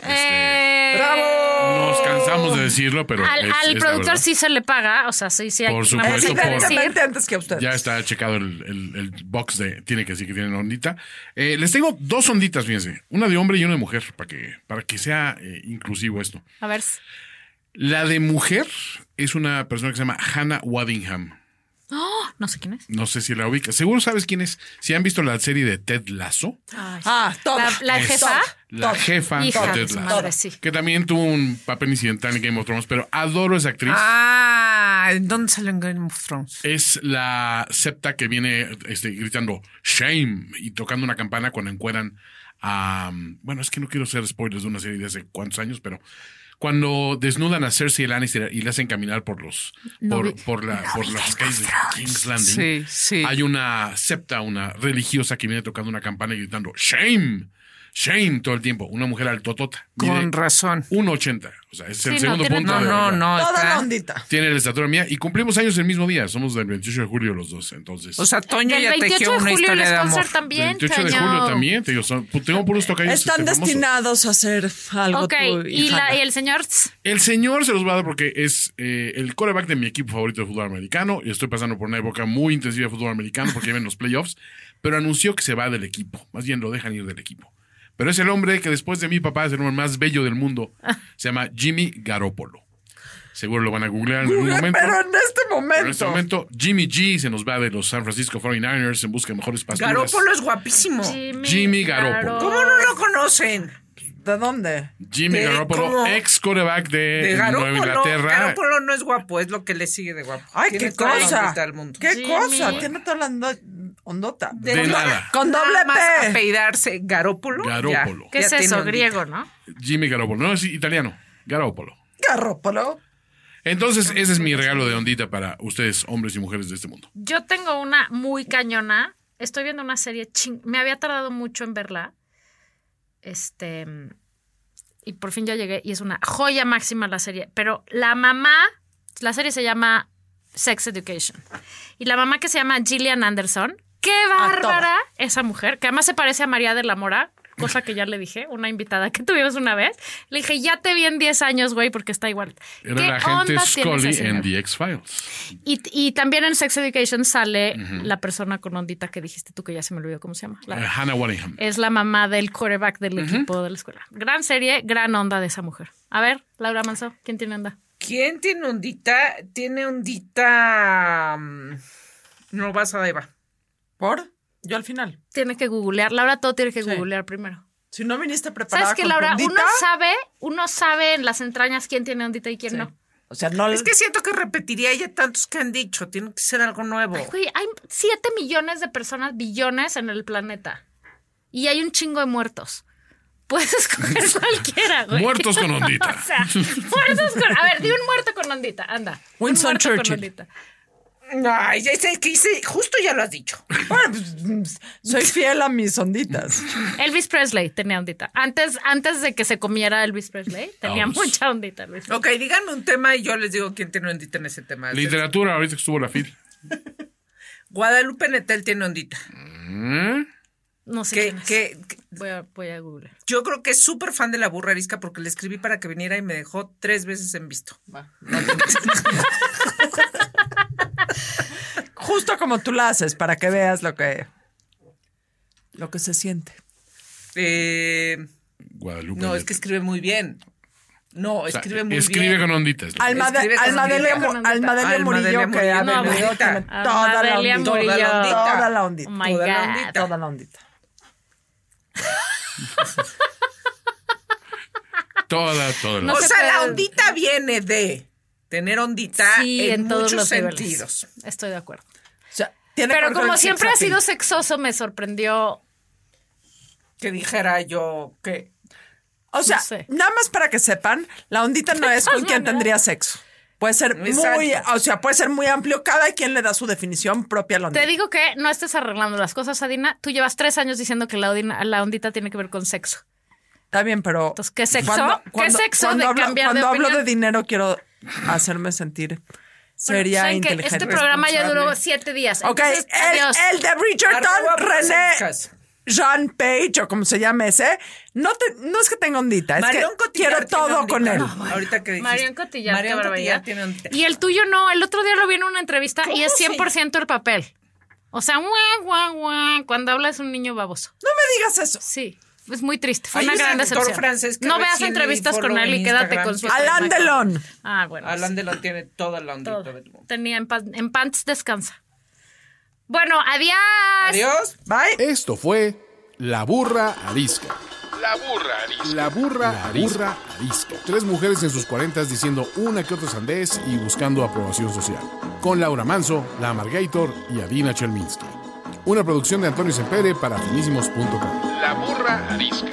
Speaker 4: Este,
Speaker 1: Eh,
Speaker 4: Nos cansamos de decirlo, pero.
Speaker 1: Al,
Speaker 4: es-
Speaker 1: al
Speaker 4: es la
Speaker 1: productor
Speaker 4: verdad.
Speaker 1: sí se le paga. O sea, sí, sí hay
Speaker 4: Por
Speaker 1: nada más hay que
Speaker 4: supuesto, por-
Speaker 1: decir.
Speaker 3: Evidentemente Eh, antes que a ustedes.
Speaker 4: Ya está checado el, el- el box de. Tiene que decir que tienen ondita. Eh, les tengo dos onditas, fíjense. Una de hombre y una de mujer, para que, para que sea eh, inclusivo esto.
Speaker 1: A ver.
Speaker 4: La de mujer es una persona que se llama Hannah Waddingham.
Speaker 1: ¡Oh! no sé quién es.
Speaker 4: No sé si la ubica. Seguro sabes quién es. Si han visto la serie de Ted Lasso.
Speaker 3: Ah,
Speaker 1: La,
Speaker 3: todos.
Speaker 1: la
Speaker 4: Es-
Speaker 1: jefa.
Speaker 4: La
Speaker 3: Todo.
Speaker 4: jefa
Speaker 1: Ah, Hija
Speaker 4: de
Speaker 1: de
Speaker 4: Ted
Speaker 1: su
Speaker 4: Lasso.
Speaker 1: madre, sí.
Speaker 4: Que también tuvo un papel incidental en Game of Thrones, pero adoro a esa actriz.
Speaker 2: Ah, ¿en dónde salen Game of Thrones?
Speaker 4: Es la septa que viene este, gritando shame y tocando una campana cuando encueran a. Bueno, es que no quiero hacer spoilers de una serie de hace cuántos años, pero cuando desnudan a Cersei Lannister y la hacen caminar por los.
Speaker 1: No
Speaker 4: por,
Speaker 1: vi-
Speaker 4: por la, por las calles de King's Landing.
Speaker 2: Sí, sí.
Speaker 4: Hay una septa, una religiosa que viene tocando una campana y gritando shame, shame todo el tiempo. Una mujer altotota.
Speaker 2: Con
Speaker 4: Mide
Speaker 2: razón.
Speaker 4: 1.80. O sea, es el
Speaker 1: Sí, no,
Speaker 4: segundo
Speaker 1: tiene-
Speaker 4: punto.
Speaker 2: No,
Speaker 4: de-
Speaker 2: no, no.
Speaker 3: Toda
Speaker 2: está-
Speaker 3: la ondita.
Speaker 4: tiene la estatura mía y cumplimos años el mismo día. Somos del 28 de julio los dos, entonces.
Speaker 2: O sea, Toño
Speaker 1: Del
Speaker 2: ya
Speaker 1: 28
Speaker 2: tejió
Speaker 1: de
Speaker 2: una
Speaker 1: julio el
Speaker 2: historia de
Speaker 1: sponsor
Speaker 2: amor.
Speaker 1: también.
Speaker 4: 28 de
Speaker 1: Toño.
Speaker 4: julio también, te digo, son- pu- tengo puros tocayos.
Speaker 3: Están
Speaker 4: este, famosos.
Speaker 3: destinados a hacer algo
Speaker 1: Ok,
Speaker 3: tú y
Speaker 1: y, la,
Speaker 3: Hannah.
Speaker 1: y el señor. tss,
Speaker 4: El señor se los va a dar porque es eh, el coreback de mi equipo favorito de fútbol americano. Y estoy pasando por una época muy intensiva de fútbol americano porque lleven los playoffs, pero anunció que se va del equipo. Más bien lo dejan ir del equipo. Pero es el hombre que después de mi papá es el hombre más bello del mundo. Se llama Jimmy Garoppolo. Seguro lo van a googlear en algún
Speaker 3: Google,
Speaker 4: momento.
Speaker 3: pero en este momento.
Speaker 4: Pero en este momento, Jimmy G se nos va de los San Francisco 49ers en busca de mejores pasturas.
Speaker 2: Garópolo es guapísimo.
Speaker 4: Jimmy Garoppolo.
Speaker 2: ¿Cómo no lo conocen?
Speaker 4: Eh,
Speaker 3: ¿De dónde?
Speaker 4: Jimmy
Speaker 2: de-
Speaker 4: Garoppolo,
Speaker 2: ¿cómo?
Speaker 4: ex coreback de,
Speaker 2: De
Speaker 4: Nueva
Speaker 2: Garópolo.
Speaker 4: Inglaterra.
Speaker 2: Garópolo no es guapo, es lo que le sigue de guapo.
Speaker 3: Ay,
Speaker 2: Tiene
Speaker 3: qué
Speaker 2: toda la
Speaker 3: cosa.
Speaker 2: ondita del mundo.
Speaker 3: Qué
Speaker 1: Jimmy.
Speaker 3: cosa. Tiene toda la ondo- ondota.
Speaker 4: De
Speaker 2: Con-
Speaker 4: nada.
Speaker 3: Con
Speaker 2: nada
Speaker 3: doble
Speaker 2: más
Speaker 3: P.
Speaker 2: apellidarse Garópolo.
Speaker 4: Garópolo.
Speaker 1: ¿Qué es eso? Griego, ¿no?
Speaker 4: Jimmy Garoppolo. No, es italiano. Garoppolo.
Speaker 3: Garrópolo.
Speaker 4: Entonces, ese es mi regalo de ondita para ustedes, hombres y mujeres de este mundo.
Speaker 1: Yo tengo una muy cañona. Estoy viendo una serie ching. Me había tardado mucho en verla. Este. Y por fin ya llegué. Y es una joya máxima la serie. Pero la mamá. La serie se llama Sex Education. Y la mamá que se llama Gillian Anderson. ¡Qué
Speaker 3: A toda.
Speaker 1: bárbara! Esa mujer. Que además se parece a María de la Mora. Cosa que ya le dije, una invitada que tuvimos una vez. Le dije, ya te vi en 10 años, güey, porque está igual.
Speaker 4: Era
Speaker 1: ¿Qué
Speaker 4: la gente
Speaker 1: onda tiene esa
Speaker 4: Scully en
Speaker 1: señora?
Speaker 4: The X-Files.
Speaker 1: Y, y también en Sex Education sale la persona con ondita que dijiste tú, que ya se me olvidó cómo se llama. La-
Speaker 3: Ah.
Speaker 4: Eh, Hannah Waddingham.
Speaker 1: es la mamá del quarterback del equipo de la escuela. Gran serie, gran onda de esa mujer. A ver, Laura Manso, ¿quién tiene onda?
Speaker 2: ¿Quién tiene ondita? Tiene ondita. mm, No vas a Eva.
Speaker 3: ¿Por? Yo al final.
Speaker 1: Tiene que googlear. Laura todo tiene que
Speaker 3: Sí.
Speaker 1: googlear primero.
Speaker 3: Si no viniste preparada
Speaker 1: ¿Sabes qué,
Speaker 3: con
Speaker 1: Laura?
Speaker 3: tu ondita,
Speaker 1: Uno sabe, uno sabe en las entrañas quién tiene ondita y quién no.
Speaker 3: eh, O sea, no...
Speaker 2: Es que siento que repetiría ya tantos que han dicho. Tiene que ser algo nuevo.
Speaker 1: Güey, hay 7 millones de personas, billones en el planeta. Y hay un chingo de muertos. Puedes escoger cualquiera, güey.
Speaker 4: Muertos con ondita.
Speaker 1: O sea, muertos con. A ver, di un muerto con ondita, anda. Un
Speaker 3: Winston
Speaker 1: muerto con
Speaker 3: Churchill.
Speaker 1: ondita.
Speaker 2: Ay, ya sé que hice. Justo ya lo has dicho.
Speaker 3: Bueno, pues, soy fiel a mis onditas.
Speaker 1: Elvis Presley tenía ondita. Antes, antes de que se comiera Elvis Presley, tenía
Speaker 4: Vamos.
Speaker 1: mucha ondita. Elvis
Speaker 3: Oh,
Speaker 1: Presley.
Speaker 2: Ok, díganme un tema y yo les digo quién tiene ondita en ese tema.
Speaker 4: Literatura, ahorita que estuvo la fil.
Speaker 2: Guadalupe Netel tiene ondita.
Speaker 4: ¿Mm?
Speaker 1: No sé
Speaker 2: Que,
Speaker 1: quién es.
Speaker 2: que- que-
Speaker 1: Voy a, voy a Google.
Speaker 2: yo creo que es súper fan de la burra arisca porque le escribí para que viniera y me dejó tres veces en visto.
Speaker 3: Justo como tú la haces, para que veas lo que, lo que se siente.
Speaker 2: Eh,
Speaker 4: Guadalupe.
Speaker 2: no,
Speaker 4: Allende.
Speaker 2: es que escribe muy bien. No,
Speaker 4: O sea,
Speaker 2: escribe muy
Speaker 4: escribe
Speaker 2: bien.
Speaker 4: con onditas. ¿no?
Speaker 3: Alma de-
Speaker 2: Escribe con
Speaker 3: Alma
Speaker 2: ondita.
Speaker 3: Delia Mu-
Speaker 1: Con
Speaker 3: Alma Delia
Speaker 2: ondita.
Speaker 3: Murillo,
Speaker 2: Alma
Speaker 3: que
Speaker 2: Delia
Speaker 3: ha
Speaker 2: Murillo.
Speaker 3: venido
Speaker 2: No,
Speaker 3: tiene
Speaker 2: abuelita.
Speaker 3: toda la
Speaker 1: Amadelia
Speaker 3: ondita.
Speaker 2: Murillo.
Speaker 3: Toda la
Speaker 1: Oh
Speaker 3: ondita.
Speaker 1: my
Speaker 2: Toda la
Speaker 1: God.
Speaker 2: ondita.
Speaker 3: Toda la ondita.
Speaker 4: Toda, toda. la-
Speaker 1: No
Speaker 2: o
Speaker 1: se
Speaker 2: sea, la
Speaker 1: puede-
Speaker 2: ondita viene de tener ondita
Speaker 1: Sí,
Speaker 2: en,
Speaker 1: en, todos
Speaker 2: muchos
Speaker 1: los
Speaker 2: sentidos.
Speaker 1: sentidos. Estoy de acuerdo.
Speaker 3: O sea, tiene que
Speaker 1: Pero
Speaker 3: ver con
Speaker 1: como
Speaker 3: el
Speaker 1: siempre ha
Speaker 3: sex
Speaker 1: sido
Speaker 3: appeal.
Speaker 1: sexoso, me sorprendió.
Speaker 2: Que dijera yo que
Speaker 3: O sea,
Speaker 1: no sé.
Speaker 3: nada más para que sepan, la ondita no es con
Speaker 1: todas
Speaker 3: quien
Speaker 1: maneras.
Speaker 3: tendría sexo. Puede ser
Speaker 2: Exacto.
Speaker 3: muy, o sea, puede ser muy amplio. Cada quien le da su definición propia a la ondita.
Speaker 1: Te digo que no estés arreglando las cosas, Adina. Tú llevas tres años diciendo que la, odina- la ondita tiene que ver con sexo.
Speaker 3: Está bien, pero.
Speaker 1: Entonces, ¿qué sexo?
Speaker 3: Cuando-
Speaker 1: ¿Qué
Speaker 3: cuando-
Speaker 1: sexo
Speaker 3: cuando
Speaker 1: de
Speaker 3: hablo,
Speaker 1: cambiar de
Speaker 3: cuando hablo
Speaker 1: opinión? pues,
Speaker 3: de dinero, quiero hacerme sentir seria e
Speaker 1: ¿Saben qué?
Speaker 3: inteligente.
Speaker 1: Este programa ya duró siete días.
Speaker 3: ok,
Speaker 1: Entonces, adiós.
Speaker 3: el, el de
Speaker 2: Arroba
Speaker 3: Bridgerton, René
Speaker 2: Podcast.
Speaker 3: Jean Page, o como se llame ese, no, te- no es que tenga ondita, es
Speaker 2: Marion
Speaker 3: que
Speaker 2: Cotillard
Speaker 3: quiero
Speaker 2: tiene
Speaker 3: todo
Speaker 2: ondita.
Speaker 3: con él.
Speaker 2: No, bueno. Ahorita que dijiste.
Speaker 1: Marion Cotillard,
Speaker 2: Marion
Speaker 1: qué
Speaker 2: Cotillard
Speaker 1: barbaridad.
Speaker 2: tiene ondita.
Speaker 1: Y el tuyo no, el otro día lo vi en una entrevista y es
Speaker 2: se-
Speaker 1: 100% el papel. O sea, guau, guau, guau, cuando habla es un niño baboso.
Speaker 3: No me digas eso.
Speaker 1: Sí, es muy triste. Fue
Speaker 2: Hay
Speaker 1: una
Speaker 2: un
Speaker 1: gran
Speaker 2: actor
Speaker 1: decepción.
Speaker 2: francés que
Speaker 1: no veas
Speaker 2: recién le di
Speaker 1: entrevistas con
Speaker 2: follow
Speaker 1: él y
Speaker 2: en
Speaker 1: quédate
Speaker 2: Instagram.
Speaker 1: con su...
Speaker 3: Alan Delon.
Speaker 1: Ah, bueno.
Speaker 2: Alan
Speaker 1: sí,
Speaker 2: Delon tiene toda la ondita
Speaker 1: todo.
Speaker 2: del mundo.
Speaker 1: Tenía en, pan- en pants descansa. Bueno, adiós.
Speaker 2: Adiós. Bye.
Speaker 6: Esto fue La Burra Arisca.
Speaker 5: La burra arisca.
Speaker 6: La Burra Arisca. Tres mujeres en sus cuarentas diciendo una que otra sandez y buscando aprobación social. Con Laura Manso, La Gator y Adina Chelminsky. Una producción de Antonio Sempere para finísimos.com.
Speaker 5: La burra arisca.